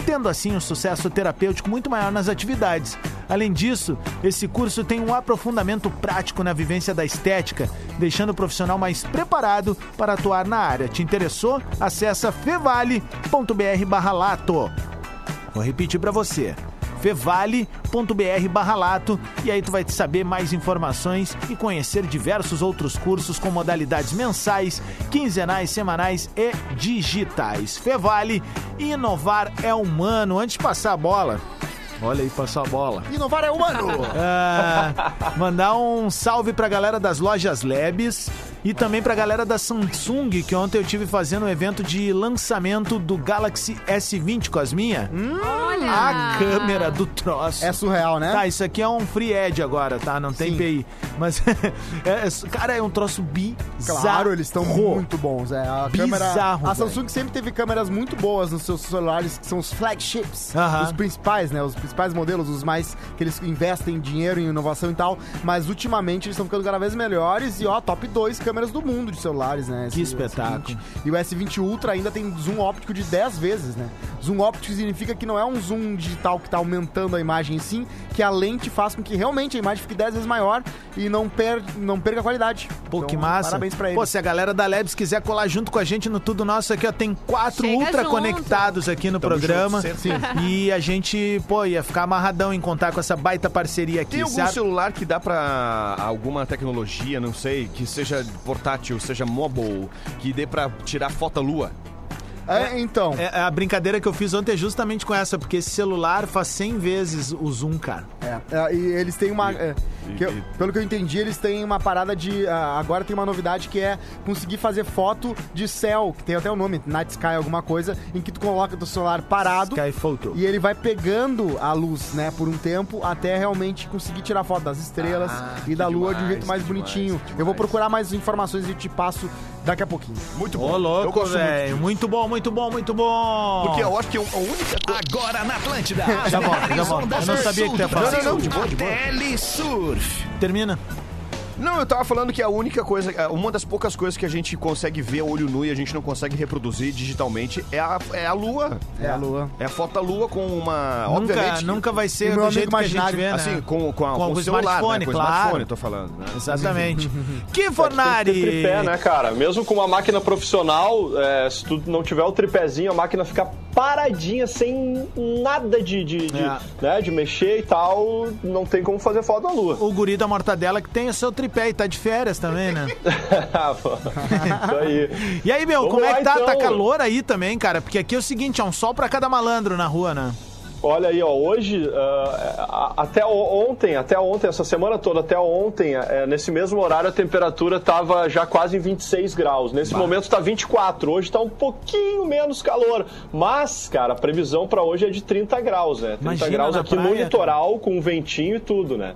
tendo assim um sucesso terapêutico muito maior nas atividades. Além disso, esse curso tem um aprofundamento prático na vivência da estética, deixando o profissional mais preparado para atuar na área. Te interessou? Acesse fevale.br barra lato. Vou repetir para você fevale.br barra lato e aí tu vai saber mais informações e conhecer diversos outros cursos com modalidades mensais, quinzenais, semanais e digitais. Fevale, inovar é humano. Antes de passar a bola, olha aí, passar a bola.
Inovar é humano!
Ah, mandar um salve pra galera das lojas Labs e também pra galera da Samsung, que ontem eu tive fazendo um evento de lançamento do Galaxy S20 Cosminha.
Olha!
A câmera do troço.
É surreal, né?
Tá, isso aqui é um free edge agora, tá? Não tem
Sim.
PI. Mas, é, é, cara, é um troço bizarro.
Claro, eles estão muito bons. É, a câmera,
Bizarro,
a Samsung sempre teve câmeras muito boas nos seus celulares, que são os flagships,
Aham.
os principais, né? Os principais modelos, os mais que eles investem dinheiro em inovação e tal. Mas ultimamente eles estão ficando cada vez melhores e ó, top 2 câmeras do mundo de celulares, né?
Que
S20.
espetáculo.
E o S20 Ultra ainda tem zoom óptico de 10 vezes, né? Zoom óptico significa que não é um zoom digital que tá aumentando a imagem, sim, que a lente faz com que realmente a imagem fique 10 vezes maior e não, per não perca a qualidade.
Pô,
Então,
que massa.
Parabéns pra eles.
Pô, se a galera da Labs quiser colar junto com a gente no Tudo Nosso aqui, ó, tem quatro
Chega
ultra
junto.
conectados aqui no programa. E a gente, pô, ia ficar amarradão em contar com essa baita parceria aqui,
Tem algum
sabe?
celular que dá pra alguma tecnologia, não sei, que seja portátil, seja mobile, que dê pra tirar foto à lua?
É, então.
É, a brincadeira que eu fiz ontem é justamente com essa, porque esse celular faz 100 vezes o zoom, cara.
É, é, e eles têm uma. é, que eu- pelo que eu entendi, eles têm uma parada de. ah, agora tem uma novidade que é conseguir fazer foto de céu, que tem até o nome, Night Sky, alguma coisa, em que tu coloca teu celular parado.
Sky Photo.
E ele vai pegando a luz, né, por um tempo, até realmente conseguir tirar foto das estrelas
Ah,
e da lua de um jeito
demais,
mais
que
bonitinho.
demais, que
Eu vou
demais.
procurar mais informações e te passo daqui a pouquinho.
Muito
Ô,
Eu
louco,
gosto muito
velho. Muito bom, muito bom, muito bom.
Porque eu acho que é a única
Agora na Atlântida.
Já volto, já volto. Eu não sabia que tu ia falar.
Não, não, não, de boa, de boa.
Telesurf.
Termina.
Não, eu tava falando que a única coisa, uma das poucas coisas que a gente consegue ver a olho nu e a gente não consegue reproduzir digitalmente é a, é a lua.
É, a lua.
É a foto da lua com uma.
Nunca,
obviamente que-
nunca vai
E
ser
meu
do
amigo
jeito que a gente
imaginário,
vê, né?
Assim, com, com, a,
Com
com,
algum
o celular,
smartphone,
né? Com o
claro.
smartphone, tô falando. Né?
Exatamente. que
Tem que ter
Fornari!
tripé, né, cara? Mesmo com uma máquina profissional, é, se tu não tiver o tripézinho, a máquina fica paradinha, sem nada de, de, de,
É.
né, de mexer e tal, não tem como fazer foto na lua.
O guri da mortadela que tem o seu tripé e tá de férias também, né?
Ah, Isso aí.
E aí, meu,
Vamos
como é
lá,
que tá? Tá
então.
calor aí também, cara? Porque aqui é o seguinte, é um sol pra cada malandro na rua, né?
Olha aí, ó, hoje, ah, a- até o- ontem, até ontem, essa semana toda, até ontem, eh, nesse mesmo horário, a temperatura estava já quase em 26 graus. Nesse momento tá está 24. Hoje está um pouquinho menos calor. Mas, cara, a previsão para hoje é de 30 graus, né? 30
Imagina
graus
na
aqui no
praia,
litoral, com ventinho e tudo, né?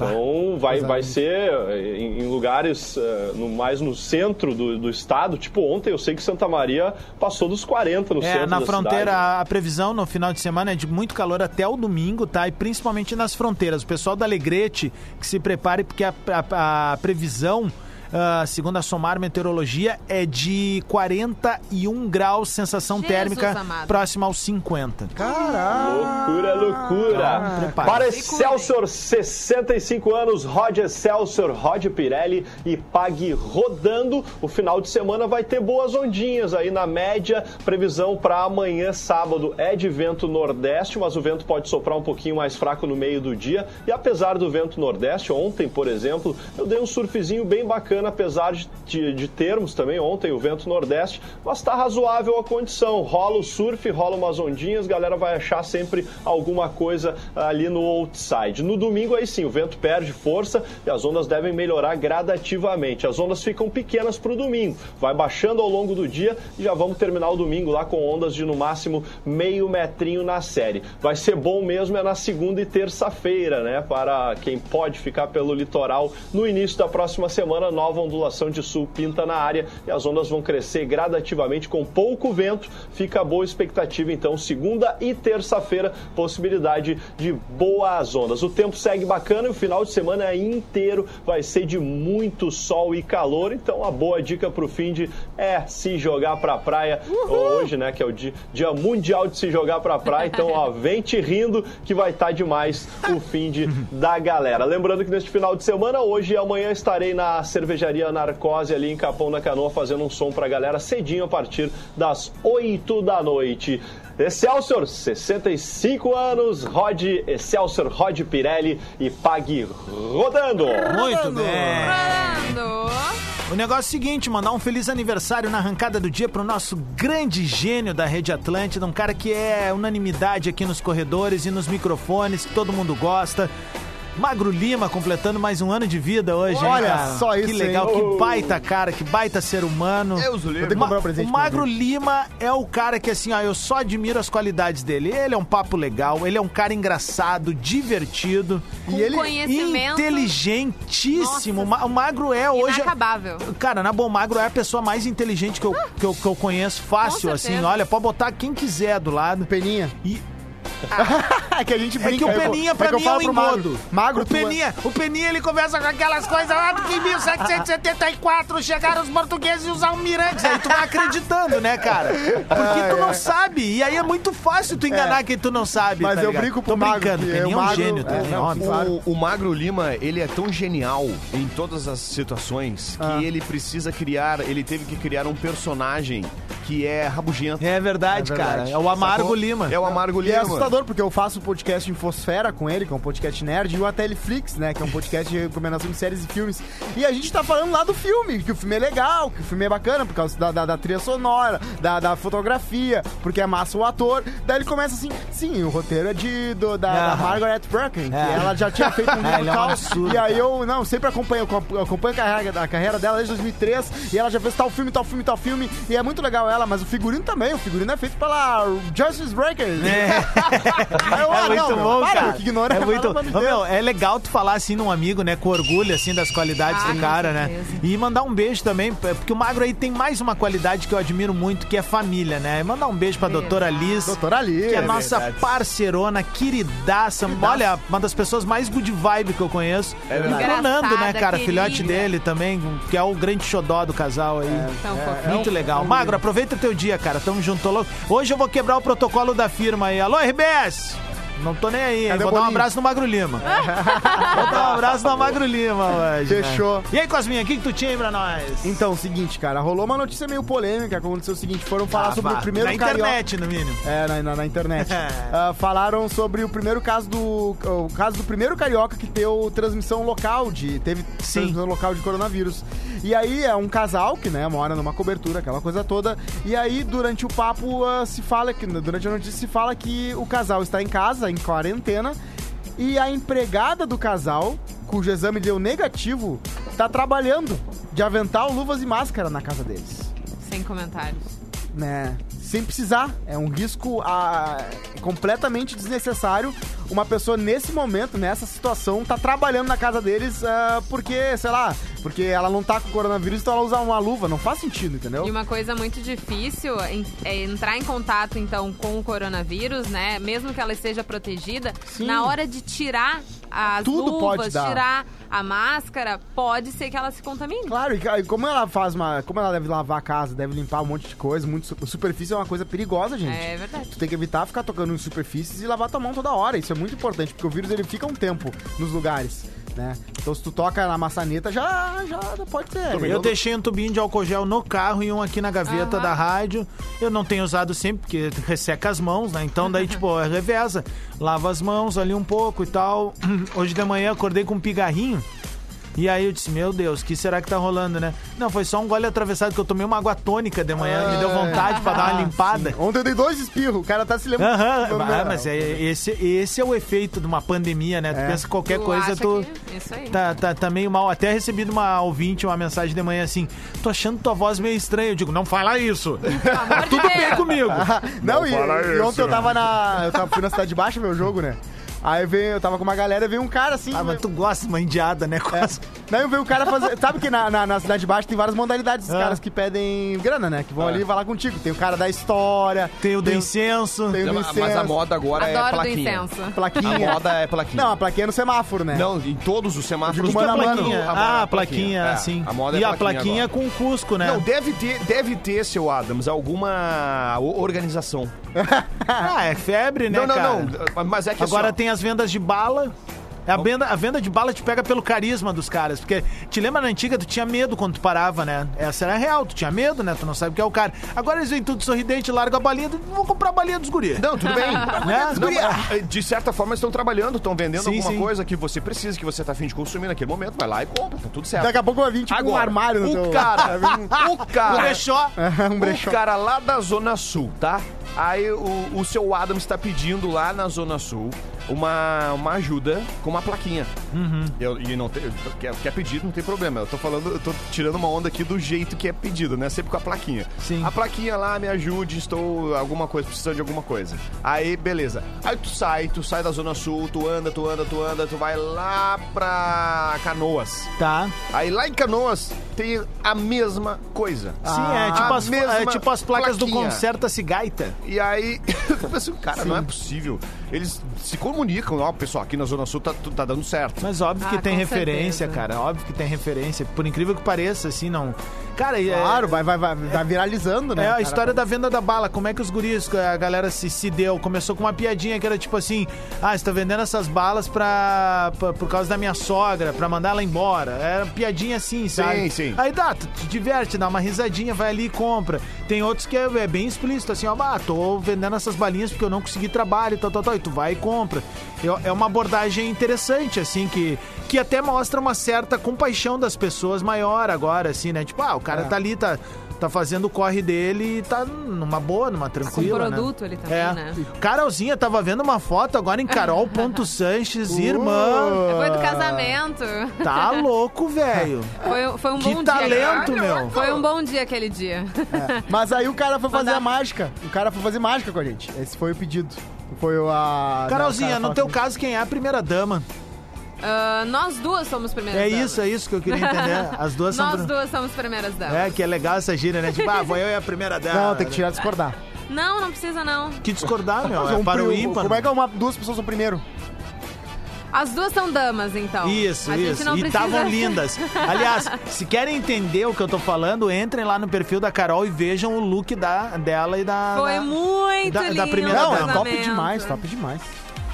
Então vai, vai ser eh, em, em lugares eh, no, mais no centro do, do estado. Tipo ontem, eu sei que Santa Maria passou dos 40 no
É,
centro
na
da
fronteira,
cidade, né?
a previsão no final de semana é de muito calor até o domingo, tá? E principalmente nas fronteiras. O pessoal da Alegrete, que se prepare, porque a, a- a previsão, ah, segundo a Somar Meteorologia, é de 41 graus, sensação
Jesus
térmica
amado.
próxima aos 50.
Loucura, loucura.
Ah, prepara.
Para Excelsior, 65 anos, Roger Excelsior, Roger Pirelli e Pague rodando. O final de semana vai ter boas ondinhas aí na média. Previsão para amanhã, sábado, é de vento nordeste, mas o vento pode soprar um pouquinho mais fraco no meio do dia. E apesar do vento nordeste, ontem, por exemplo, eu dei um surfzinho bem bacana bacana, apesar de, de- de termos também ontem o vento nordeste, mas está razoável a condição. Rola o surf, rola umas ondinhas, galera vai achar sempre alguma coisa ali no outside. No domingo, aí sim, o vento perde força e as ondas devem melhorar gradativamente. As ondas ficam pequenas para o domingo, vai baixando ao longo do dia e já vamos terminar o domingo lá com ondas de no máximo meio metrinho na série. Vai ser bom mesmo é na segunda e terça-feira, né? Para quem pode ficar pelo litoral no início da próxima semana, nova ondulação de sul pinta na área e as ondas vão crescer gradativamente com pouco vento. Fica boa expectativa então segunda e terça-feira, possibilidade de boas ondas. O tempo segue bacana e o final de semana inteiro vai ser de muito sol e calor, então a boa dica para o fim de é se jogar para a praia hoje, né, que é o di- dia, mundial de se jogar para a praia, então ó, vem te rindo que vai estar demais o fim de da galera. Lembrando que neste final de semana, hoje e amanhã estarei na cervejaria Narcose ali em Capão da Canoa fazendo um som pra galera cedinho a partir das 8 da noite. Excelsior, 65 anos, rode Excelsior, rode Pirelli e pague rodando.
Muito bem.
Rolando.
O negócio é o seguinte, mandar um feliz aniversário na arrancada do dia pro nosso grande gênio da Rede Atlântida, um cara que é unanimidade aqui nos corredores e nos microfones, que todo mundo gosta. Magro Lima completando mais um ano de vida hoje. hein,
Olha
cara?
só
Que
isso,
legal,
hein?
que baita cara, que baita ser humano.
É,
Deus o livre.
Vou ter que comprar um
Ma-
presente
o
pra
Magro Lima é o cara que, assim, ó, eu só admiro as qualidades dele. Ele é um papo legal, ele é um cara engraçado, divertido.
E
Com
ele- é
conhecimento
Inteligentíssimo. Ma- O Magro é hoje.
inacabável.
Cara, na Bom Magro é a pessoa mais inteligente que eu, que eu, que eu conheço, fácil,
Com
assim.
certeza.
Olha, pode botar quem quiser do lado.
Peninha.
E-
É que a gente
É
brinca.
que o
eu-
Peninha,
é
pra
que eu
mim, é
falo
um
pro Magro.
imodo.
Magro,
o
tu- é.
Peninha, o Peninha, ele conversa com aquelas coisas "Ah, lá, porque em 1774 chegaram os portugueses e os almirantes. Aí tu vai acreditando, né, cara? Porque tu não sabe. E aí é muito fácil tu enganar quem tu não sabe.
É. Mas
tá
eu
ligado?
brinco pro
Tô
Magro
brincando,
que
o Peninha é
o
um
Magro-
gênio também,
é,
óbvio.
Claro.
O, o Magro Lima, ele é tão genial em todas as situações que
Ah.
ele precisa criar, ele teve que criar um personagem que é rabugento.
É verdade,
É verdade.
cara. É o Amargo
sacou?
Lima.
É o Amargo
E
Lima.
é assustador, porque eu faço o podcast Infosfera com ele, que é um podcast nerd, e o Ateliflix, né, que é um podcast de recomendação de séries e filmes. E a gente tá falando lá do filme, que o filme é legal, que o filme é bacana, por causa da, da, da trilha sonora, da, da fotografia, porque é massa o ator. Daí ele começa assim, sim, o roteiro é de, do- da, da
Ah.
Margaret Bracken, que
É.
ela já tinha feito um livro
ele é um
tal.
absurdo,
e aí eu, não, sempre acompanho, eu acompanho- eu acompanho a carreira, a carreira dela desde 2003, e ela já fez tal filme, tal filme, tal filme, e é muito legal ela, mas o figurino também, o figurino é feito pela Justice Breaker, né? Aí eu,
É
ah,
muito
não, meu,
bom,
para,
cara.
que ignorante,
é muito.
pelo amor de
Ô,
Deus.
meu, é legal tu falar assim num amigo, né, com orgulho assim das qualidades
Ah,
do
com
cara, né?
certeza.
E mandar um beijo também, p- porque o Magro aí tem mais uma qualidade que eu admiro muito, que é família, né? E mandar um beijo pra doutora Liz.
Doutora ali.
Que é a nossa parceirona, queridaça. Olha, uma das pessoas mais good vibe que eu conheço. É
verdade.
o Nando, né,
Engraçada,
cara?
querida.
Filhote dele também, que é o grande xodó do casal aí.
Então, fofinho.
Muito legal. Magro, aproveita teu dia, cara. Tamo junto, tô louco. Hoje eu vou quebrar o protocolo da firma aí. Alô, RBS! Não tô nem aí, hein?
Cadê
Vou
o
dar um
bolinho?
abraço no Magro Lima. Vou dar um abraço no Magro Lima hoje. né?
Fechou.
E aí, Cosminha, o que, que tu tinha aí pra nós?
Então, seguinte, cara, rolou uma notícia meio polêmica. Aconteceu o seguinte: foram falar
Ah,
sobre
vá.
o primeiro
Na
carioca.
internet, no mínimo.
É, na, na- na internet. Ah, falaram sobre o primeiro caso do. O caso do primeiro carioca que deu transmissão local de. Teve
Sim.
transmissão local de coronavírus. E aí é um casal que, né, mora numa cobertura, aquela coisa toda. E aí, durante o papo, ah, se fala que. Durante a notícia se fala que o casal está em casa, em quarentena, e a empregada do casal, cujo exame deu negativo, tá trabalhando de avental, luvas e máscara na casa deles
Sem comentários.
né? Sem precisar. É um risco ah, completamente desnecessário. Uma pessoa nesse momento, nessa situação, tá trabalhando na casa deles ah, porque, sei lá, porque ela não tá com coronavírus, então ela usa uma luva. Não faz sentido,
Então?
entendeu?
E uma coisa muito difícil em- é entrar em contato, então, com o coronavírus, né? Mesmo que ela esteja protegida,
Sim.
na hora de tirar as
Tudo
luvas,
pode dar.
tirar a máscara, pode ser que ela se contamine.
Claro, e ca- e como ela faz uma. Como ela deve lavar a casa, deve limpar um monte de coisa, muito su- superfície é uma coisa perigosa, gente.
É verdade.
Tu tem que evitar ficar tocando em superfícies e lavar tua mão toda hora. Isso é muito importante, porque o vírus ele fica um tempo nos lugares, né? Então se tu toca na maçaneta, já, já pode ser.
Eu deixei um tubinho de álcool gel no carro e um aqui na gaveta
Aham.
da rádio. Eu não tenho usado sempre, porque resseca as mãos, né? Então daí, tipo, é reveza. Lava as mãos ali um pouco e tal. Hoje de manhã acordei com um pigarrinho. E aí eu disse, meu Deus, que será que tá rolando, né? Não, foi só um gole atravessado que eu tomei uma água tônica de manhã, me
Ah,
deu vontade pra dar uma limpada.
Ontem eu dei dois espirros, o cara tá se lembrando.
Aham,
Não, não,
ah,
não.
mas é, esse, esse é o efeito de uma pandemia, né? Tu pensa que qualquer
É. Tu
coisa,
acha
tu
que- é Isso aí.
tá, tá, tá meio mal. Até recebi de uma ouvinte uma mensagem de manhã assim, tô achando tua voz meio estranha. Eu digo, não fala isso.
Pelo amor de
tá Tudo bem
Deus.
comigo.
Ah, Não, e, e ontem eu tava na. Eu tava, fui na Cidade Baixa ver o jogo, né? Aí veio, eu tava com uma galera e veio um cara assim.
Ah, mas tu gosta de uma indiada, né? Quase.
Daí veio o um cara fazer. Sabe que na, na, na Cidade Baixa tem várias modalidades dos
Ah.
caras que pedem grana, né? Que
Ah.
vão ali e vai lá contigo. Tem o cara da história,
Tem o do incenso.
tem o do
Mas a
incenso,
moda agora é
Adoro do
plaquinha.
incenso.
A
plaquinha.
moda é plaquinha.
Não, a plaquinha é no semáforo, né?
Não, em todos os semáforos.
Eu digo,
Mano, a
mano a mano.
plaquinha.
A moda é
Ah, a
plaquinha,
plaquinha,
é.
sim.
A moda é
E a
plaquinha
plaquinha com o Cusco, né?
Não, deve ter, deve ter, seu Adams, alguma o- organização.
Ah, é febre, né,
não, não,
cara?
não. Mas é que
Agora
assim, ó,
tem as vendas de bala. É A venda, a venda de bala te pega pelo carisma dos caras. Porque te lembra na antiga, tu tinha medo quando tu parava, né? Essa era real, tu tinha medo, né? Tu não sabe o que é o cara. Agora eles vêm tudo sorridente, largam a balinha, tu- vou comprar a balinha dos guri.
Não, tudo bem.
Né?
Não, mas, eh, de certa forma, eles estão trabalhando, estão vendendo
Sim,
alguma
sim.
coisa que você precisa, que você tá afim de consumir naquele momento. Vai lá e compra, tá tudo certo.
Daqui a pouco vai vir tipo um
Agora,
armário no
o
teu.
cara, o
O
cara,
brechó.
um brechó.
o cara lá da Zona Sul, tá? Aí o, o seu Adams está pedindo lá na Zona Sul uma, uma ajuda com uma plaquinha. Eu- e não tem, eu- quer, quer pedir, não tem problema. Eu tô falando, eu tô tirando uma onda aqui do jeito que é pedido, né? Sempre com a plaquinha.
Sim.
A plaquinha lá, me ajude, estou alguma coisa, precisando de alguma coisa. Aí, beleza. Aí tu sai, tu sai da Zona Sul, tu anda, tu anda, tu anda, tu vai lá pra Canoas.
Tá.
Aí lá em Canoas tem a mesma coisa.
Sim, é tipo,
Ah, a
as,
mesma
é tipo as placas do
plaquinha.
Concerta-se Gaita.
E aí, eu pensei, cara, não é possível. Eles se comunicam, ó, pessoal, aqui na Zona Sul tá, tá dando certo.
Mas óbvio que
Ah,
tem
com
referência,
certeza.
cara. Óbvio que tem referência. Por incrível que pareça, assim, não. Cara, e é-
Claro, vai, vai, vai, tá viralizando, né?
É a
cara?
história da venda da bala. Como é que os guris, a galera se, se deu? Começou com uma piadinha que era tipo assim: ah, estou vendendo essas balas pra, pra- por causa da minha sogra, pra mandar ela embora. Era piadinha assim, sabe?
sim.
Aí dá, tu te diverte, dá uma risadinha, vai ali e compra. Tem outros que é, é bem explícito, assim: ó, ah, tô vendendo essas balinhas porque eu não consegui trabalho, tal, tal, tal. E tu vai e compra. Eu- É uma abordagem interessante, assim, que, que até mostra uma certa compaixão das pessoas maior agora, assim, né? Tipo, ah, o cara tá ali, tá. Tá fazendo o corre dele e tá numa boa, numa tranquila.
produto
né?
ele também,
é.
né?
Carolzinha tava vendo uma foto agora em Carol.Sanches, irmã.
Foi do casamento.
Tá louco, velho.
Foi, foi um
Que
bom
talento,
dia.
meu.
Foi um bom dia aquele dia.
Mas aí o cara foi fazer
Mandar-
a mágica. O cara foi fazer mágica com a gente. Esse foi o pedido. Foi o a.
Carolzinha,
não, o cara
no
fala assim,
teu
comigo.
caso, quem é a primeira dama?
Ah, nós duas somos primeiras
É
damas.
isso, é isso que eu queria entender. As duas são.
Nós duas somos primeiras damas.
É, que é legal essa gíria, né? Tipo, ah, vou eu e a primeira dama.
Não, tem que tirar e discordar.
Não, não precisa não.
Que discordar, meu.
Mas
É
um
para É, o
pri-
ímpar.
Como é que é uma, duas pessoas são primeiro?
As duas são damas, então.
Isso,
A gente
isso.
não
E
precisa-
estavam lindas. Aliás, se querem entender o que eu tô falando, entrem lá no perfil da Carol e vejam o look da, dela e da.
Foi
da-
muito
Da- da
lindo
primeira
o
Não,
Não,
é
é
casamento.
top demais, top demais.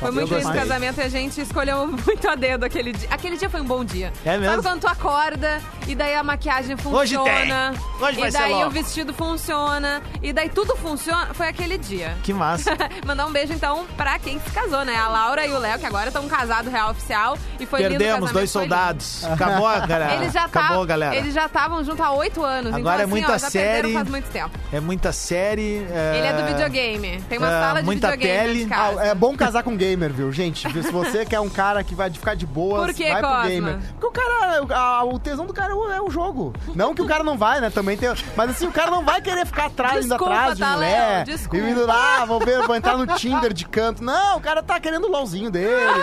Foi muito
Eu
lindo o
gostei.
casamento e a gente escolheu muito a dedo aquele dia. Aquele dia foi um bom dia.
É mesmo?
Sabe quando tu acorda e daí a maquiagem funciona.
Hoje tem. Hoje vai
E
ser
daí
logo.
o vestido funciona. E daí tudo funciona. Foi aquele dia.
Que massa.
Mandar um beijo, então, pra quem se casou, né? A Laura e o Léo, que agora estão casados real oficial. E foi lindo o
Perdemos
casamento,
dois
foi lindo.
soldados. Acabou, galera.
Eles já
Acabou,
tavam-
galera.
Eles já estavam junto há oito anos. então,
Agora é
assim,
muita
ó, já perderam
série.
faz muito tempo.
É muita série. é-
Ele é do videogame. Tem uma
é,
sala de
muita
videogame
tele.
nesse
Ah,
caso.
é bom casar com gamer, viu, gente? Se você quer um cara que vai ficar de boa,
Por que,
vai
Cosma?
pro gamer. Porque o cara, o- a- o tesão do cara é o- é o jogo. Não que o cara não vai, né? Também tem. Mas assim, o cara não vai querer ficar atrás, indo
Desculpa,
atrás de
tá,
mulher.
Léo? Desculpa.
E indo lá, vou ver, vou entrar no Tinder de canto. Não, o cara tá querendo o LOLzinho dele.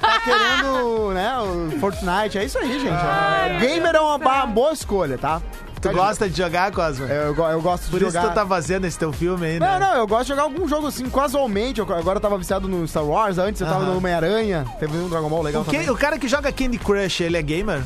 tá querendo, né, o Fortnite. É isso aí, gente. gamer é uma ba- boa escolha, tá?
Tu gosta de jogar, Cosmo?
É, Eu, go- eu gosto
Por
de
isso
jogar. É,
que tu tá fazendo esse teu filme aí, né?
Não, não, eu gosto de jogar algum jogo assim, casualmente. Eu- agora eu tava viciado no Star Wars, antes eu tava
Aham.
no Homem-Aranha. Teve um Dragon Ball legal
O, que-
também.
o cara que joga Candy Crush, ele é gamer?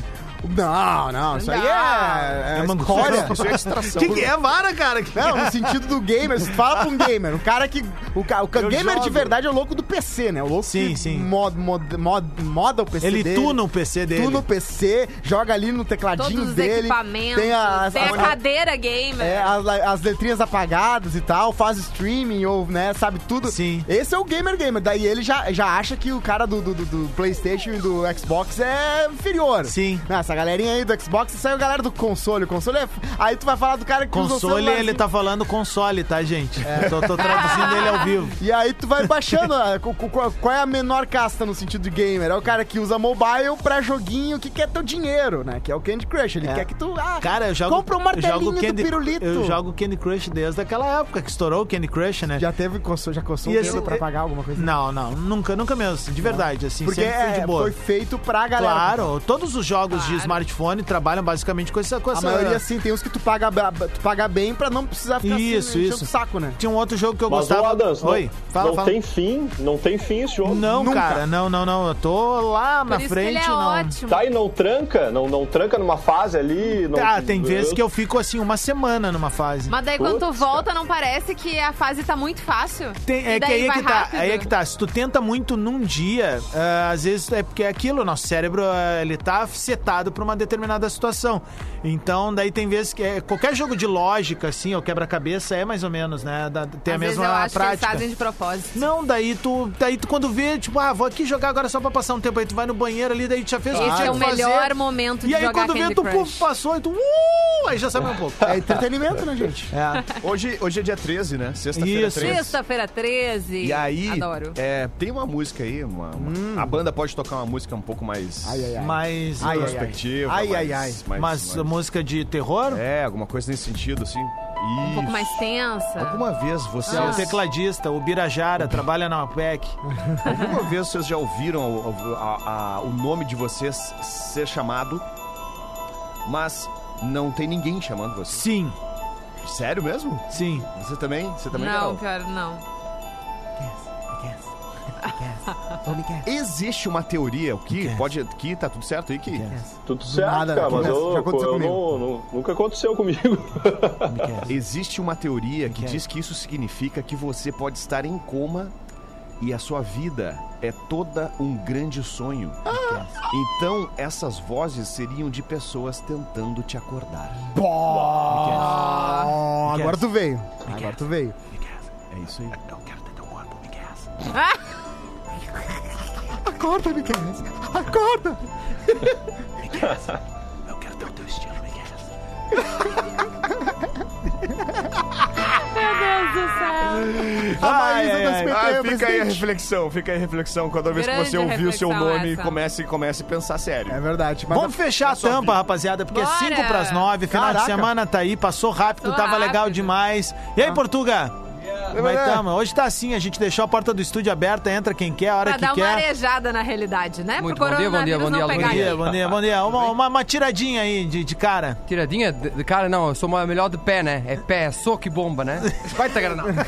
Não, não, isso aí é, né? é,
É
uma
mangu-
escória.
Isso é extração.
Que que é vara, cara? Que-
Não, no sentido do gamer, você fala pra um gamer. O cara que. O, ca- o ca-
Eu
gamer de
jogo.
verdade é o louco do PC, né? O louco
Sim,
que
sim.
Mod, mod, mod, moda o PC
Ele
dele.
tuna o PC dele.
Tuna o PC, joga ali no tecladinho
Todos os
dele.
equipamentos.
Tem as,
tem a
as-
cadeira gamer.
é, as, la- as letrinhas apagadas e tal, faz streaming ou, né, sabe tudo.
Sim.
Esse é o gamer gamer. Daí ele já, já acha que o cara do, do, do- do PlayStation e do Xbox é inferior.
Sim.
Não, Essa galerinha aí do Xbox saiu a galera do console. O console é. f- Aí tu vai falar do cara que usa o assim,
Console,
celularzinho. É.
ele tá falando console, tá, gente? Tô, tô traduzindo ele ao vivo.
E aí tu vai baixando, ó, co- co- qual, é a menor casta no sentido de gamer? É o cara que usa mobile pra joguinho que quer teu dinheiro, né? Que é o Candy Crush. Ele
É.
quer que tu. Ah,
Cara, eu jogo.
Compra um
eu jogo
martelinho do
Candy-
pirulito.
Eu jogo Candy Crush desde aquela época que estourou o Candy Crush, né?
Já teve, coçou, já coçou
E
o dedo
esse-
pra pagar alguma coisa?
Não, não, nunca, nunca mesmo, de verdade, assim,
Porque
sempre foi
é,
de boa.
foi feito pra galera.
Claro, todos os jogos de smartphone trabalham basicamente com essa
A
coisa.
maioria sim, tem uns que tu paga, ba- ba- tu paga bem pra não precisar ficar
Isso,
assim, enchendo
isso.
o saco, né?
Tinha um outro jogo que eu
Mas, ô,
gostava.
Adams, não,
Oi, fala,
não
fala.
tem fim, não tem fim esse jogo.
Não,
Nunca.
cara, não, não, não. Eu tô lá
Por
na
isso
frente,
que ele é
não.
ótimo.
Tá e não tranca, não, não tranca numa fase ali. Não,
Ah, tem vezes que eu fico assim uma semana numa fase.
Mas daí quando tu
Putz,
volta, não parece que a fase tá muito fácil?
Tem-
E
é que
daí
aí é
vai
que tá,
rápido.
aí é que tá. Se tu tenta muito num dia, ah, às vezes é porque é aquilo, o nosso cérebro ah, ele tá setado pra uma determinada situação. Então, daí tem vezes que é- qualquer jogo de lógica, assim, ou quebra-cabeça é mais ou menos, né? da- tem a
Às vezes
mesma
eu acho que
prática.
eles fazem de propósito.
Não, daí tu, daí tu quando vê, tipo, ah, vou aqui jogar agora só pra passar um tempo aí, tu vai no banheiro ali, daí tu já fez o que
Esse
Ah, tinha
é o
que fazer.
melhor momento de
E aí
jogar
quando vê,
Candy
tu
Crush.
puf, passou e tu, uh, aí já sabe um pouco.
É entretenimento, né, gente?
É.
Hoje, hoje é dia 13, né? Sexta-feira
Isso.
13.
Sexta-feira 13.
E aí,
Adoro.
é, tem uma música aí, uma- uma- a banda pode tocar uma música um pouco mais
Hum. Ai, ai, ai.
Mas, uh,
Ai, ai, ai.
introspectiva.
Ai, ai,
mais-
ai.
mais-
mas
mais-
música de terror?
É, alguma coisa nesse sentido, assim.
Um pouco mais tensa.
Alguma vez vocês.
É
Ah.
o tecladista, o Birajara, trabalha na PEC.
Alguma vez vocês já ouviram o, o- a- a- o nome de vocês ser chamado, mas não tem ninguém chamando vocês?
Sim,
Sério mesmo?
sim.
Você também? Você também
não, cara,
É
não.
Existe uma teoria, o que
é?
pode. Que tá tudo certo aí, que
Tudo certo,
nada,
cara,
né?
mas
Acontece,
eu,
já aconteceu
eu
comigo.
não, não- nunca aconteceu comigo.
Existe uma teoria
é?
que diz que isso significa que você pode estar em coma e a sua vida é toda um grande sonho.
Ah! é
Então, essas vozes seriam de pessoas tentando te acordar.
Ó, agora tu veio. Agora tu veio.
É isso aí.
Acorda, Miguel. Acorda. A Maísa do SBT
Ah,
é
fica aí a
presidente.
reflexão, fica aí a reflexão. Cada vez que
Grande
você ouvir o seu
reflexão
nome,
essa.
comece, comece a pensar sério.
É verdade. Mas
Vamos fechar a tampa, rapaziada, porque
Bora!
é 5 pras 9, final
Caraca. Ah.
de semana tá aí, passou rápido,
Passou
tava legal
rápido.
demais. E aí, Portuga? Como é que tamo? Hoje tá assim, a gente deixou a porta do estúdio aberta, entra quem quer, a hora
Pra
que
dar uma
quer.
arejada na realidade, né?
Muito
Pro
bom dia, bom dia,
coronavírus
bom dia,
não
bom
pegar
Bom dia,
ninguém.
bom dia, bom dia. Uma, uma, uma tiradinha aí de, de cara.
Tiradinha? De, de- cara, não, eu sou uma- melhor de pé, né? É pé, é soco e bomba, né? Vai ter granada.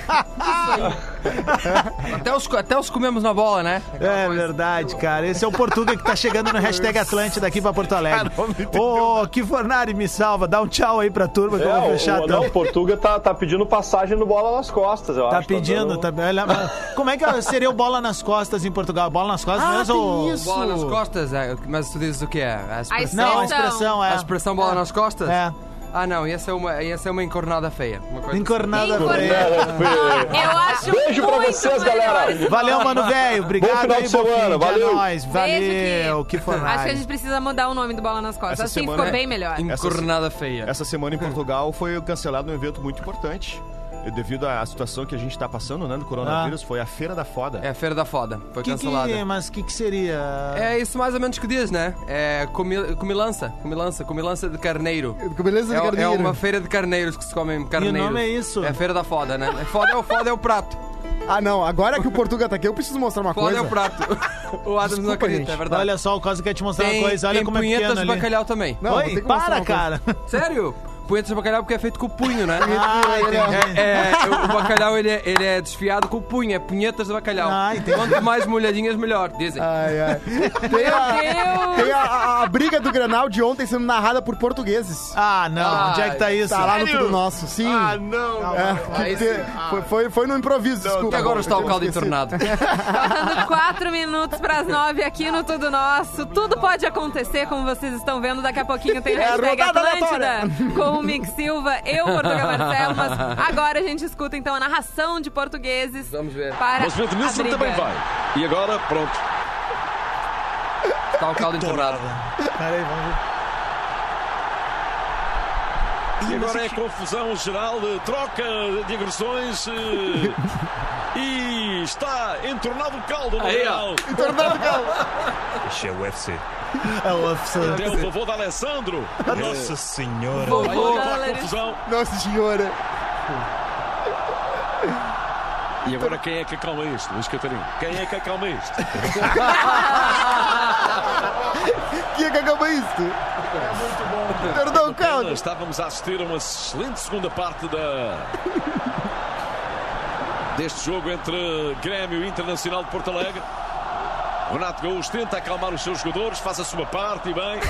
até, os, até os comemos na bola, né?
É verdade, cara. Esse é o Portuga que tá chegando no hashtag Atlântida aqui pra Porto Alegre. Ô, que Fornari me salva. Dá um tchau aí pra turma que eu
É,
vou
o-
fechar a
o, não,
tampa.
o Portuga tá, tá pedindo passagem no bola nas costas, eu
Tá
acho.
pedindo,
dando-
tá olha, mas Como é que seria o bola nas costas em Portugal? Bola nas costas
Ah,
mesmo?
tem
ou-
isso.
Bola nas costas, é, mas tu dizes o que é? A
A
expressão,
Não, a
expressão.
expressão é.
a expressão bola nas costas?
É.
Ah, não, essa é uma, essa é uma encornada feia. Uma coisa
Encornada.
É, né,
Encornada. Eu acho
Beijo pra
muito
vocês,
melhor
galera.
esse
Valeu, mano, velho. Obrigado
Bom final
aí,
de
Boquinha.
semana, valeu.
É nóis. Valeu,
Beijo, Ki.
que
Acho que a
Fornari.
gente precisa mudar o nome do Bola nas Costas.
Essa
assim
semana
ficou
é-
bem melhor.
assim. Encornada feia.
Essa semana em Portugal foi cancelado um evento muito importante. eh, Devido à situação que a gente tá passando, né? Do coronavírus, foi a Feira da Foda.
É a feira da foda, foi
Que é,
cancelada.
que, mas o que, que seria?
É isso mais ou menos que diz, né? É comi- comilança, comilança, comilança de carneiro.
Beleza,
É,
Ricardo
é
Guerreiro?
uma feira de carneiros que se comem carneiros.
nome é isso?
É a feira da foda, né? É Foda é o foda é o prato.
Ah, não. Agora que o Portuga tá aqui, eu preciso mostrar uma
Foda
coisa.
é o prato. O Adams não
Desculpa,
acredita,
gente.
é verdade.
Olha só, o caso quer te mostrar
tem,
uma coisa. Olha
tem
como é pequeno
punhetas de
ali.
bacalhau também.
Não, vou ter
Oi,
que mostrar
para,
uma coisa.
cara.
Sério? punheta de bacalhau porque é feito com o punho, né?
Ah, entendi.
é, é, o bacalhau ele é, ele é desfiado com o punho, é punhetas de bacalhau.
Ah, entendi. Ah,
Quanto mais molhadinhas, melhor, dizem.
Ai, ai. Tem, a, tem a- a- a briga do Grenal de ontem sendo narrada por portugueses.
Ah, não.
Ah,
Onde é que tá isso?
Tá lá no
sério?
Tudo Nosso, sim.
Ah, não.
É,
aí
que te-
sim.
foi, foi, foi no improviso,
E
desculpa.
tá
agora está o
Eu
caldo
esqueci.
entornado.
Faltando quatro minutos pras nove aqui no Tudo Nosso. Tudo pode acontecer, como vocês estão vendo. Daqui a pouquinho tem
É a
hashtag
rodada
Atlântida com o Mick Silva, eu, Portugal Marcelo. Mas agora a gente escuta então a narração de portugueses.
Vamos ver.
Para a briga.
E agora, pronto.
Está o caldo entornado.
Peraí, vamos ver.
E agora é confusão geral, troca de agressões. eh, e está entornado o caldo no final.
É o oficial.
Até o vovô da Alessandro. Nossa senhora.
Vovô da Alessandro.
confusão.
Nossa senhora.
E agora quem é que acalma isto, Luís Catarino? Quem é que acalma isto?
Que é que acabou isso? Perdão, caldo.
Estávamos a assistir a uma excelente segunda parte da... deste jogo entre Grêmio e Internacional de Porto Alegre. Renato Gaúcho tenta acalmar os seus jogadores, faz a sua parte e bem.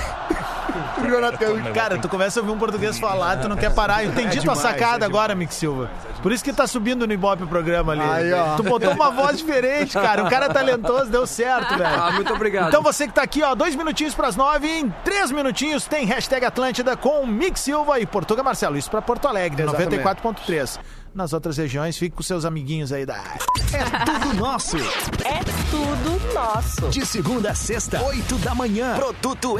Renato Gaúcho.
Cara, tu começa a ouvir um português falar, tu não quer parar. Eu
É
entendi tua sacada agora, Mick Silva. Por isso que tá subindo no Ibope o programa ali.
Aí, ó.
Tu botou uma voz diferente, cara. O cara é talentoso, deu certo, velho.
Ah, muito obrigado.
Então você que tá aqui, ó, dois minutinhos pras nove, em três minutinhos tem hashtag Atlântida com Mick Silva e Portuga Marcelo. Isso pra Porto Alegre, 94.3. Nas outras regiões, fique com seus amiguinhos aí da área.
Tudo nosso.
É tudo nosso.
De segunda a sexta, oito da manhã. Produto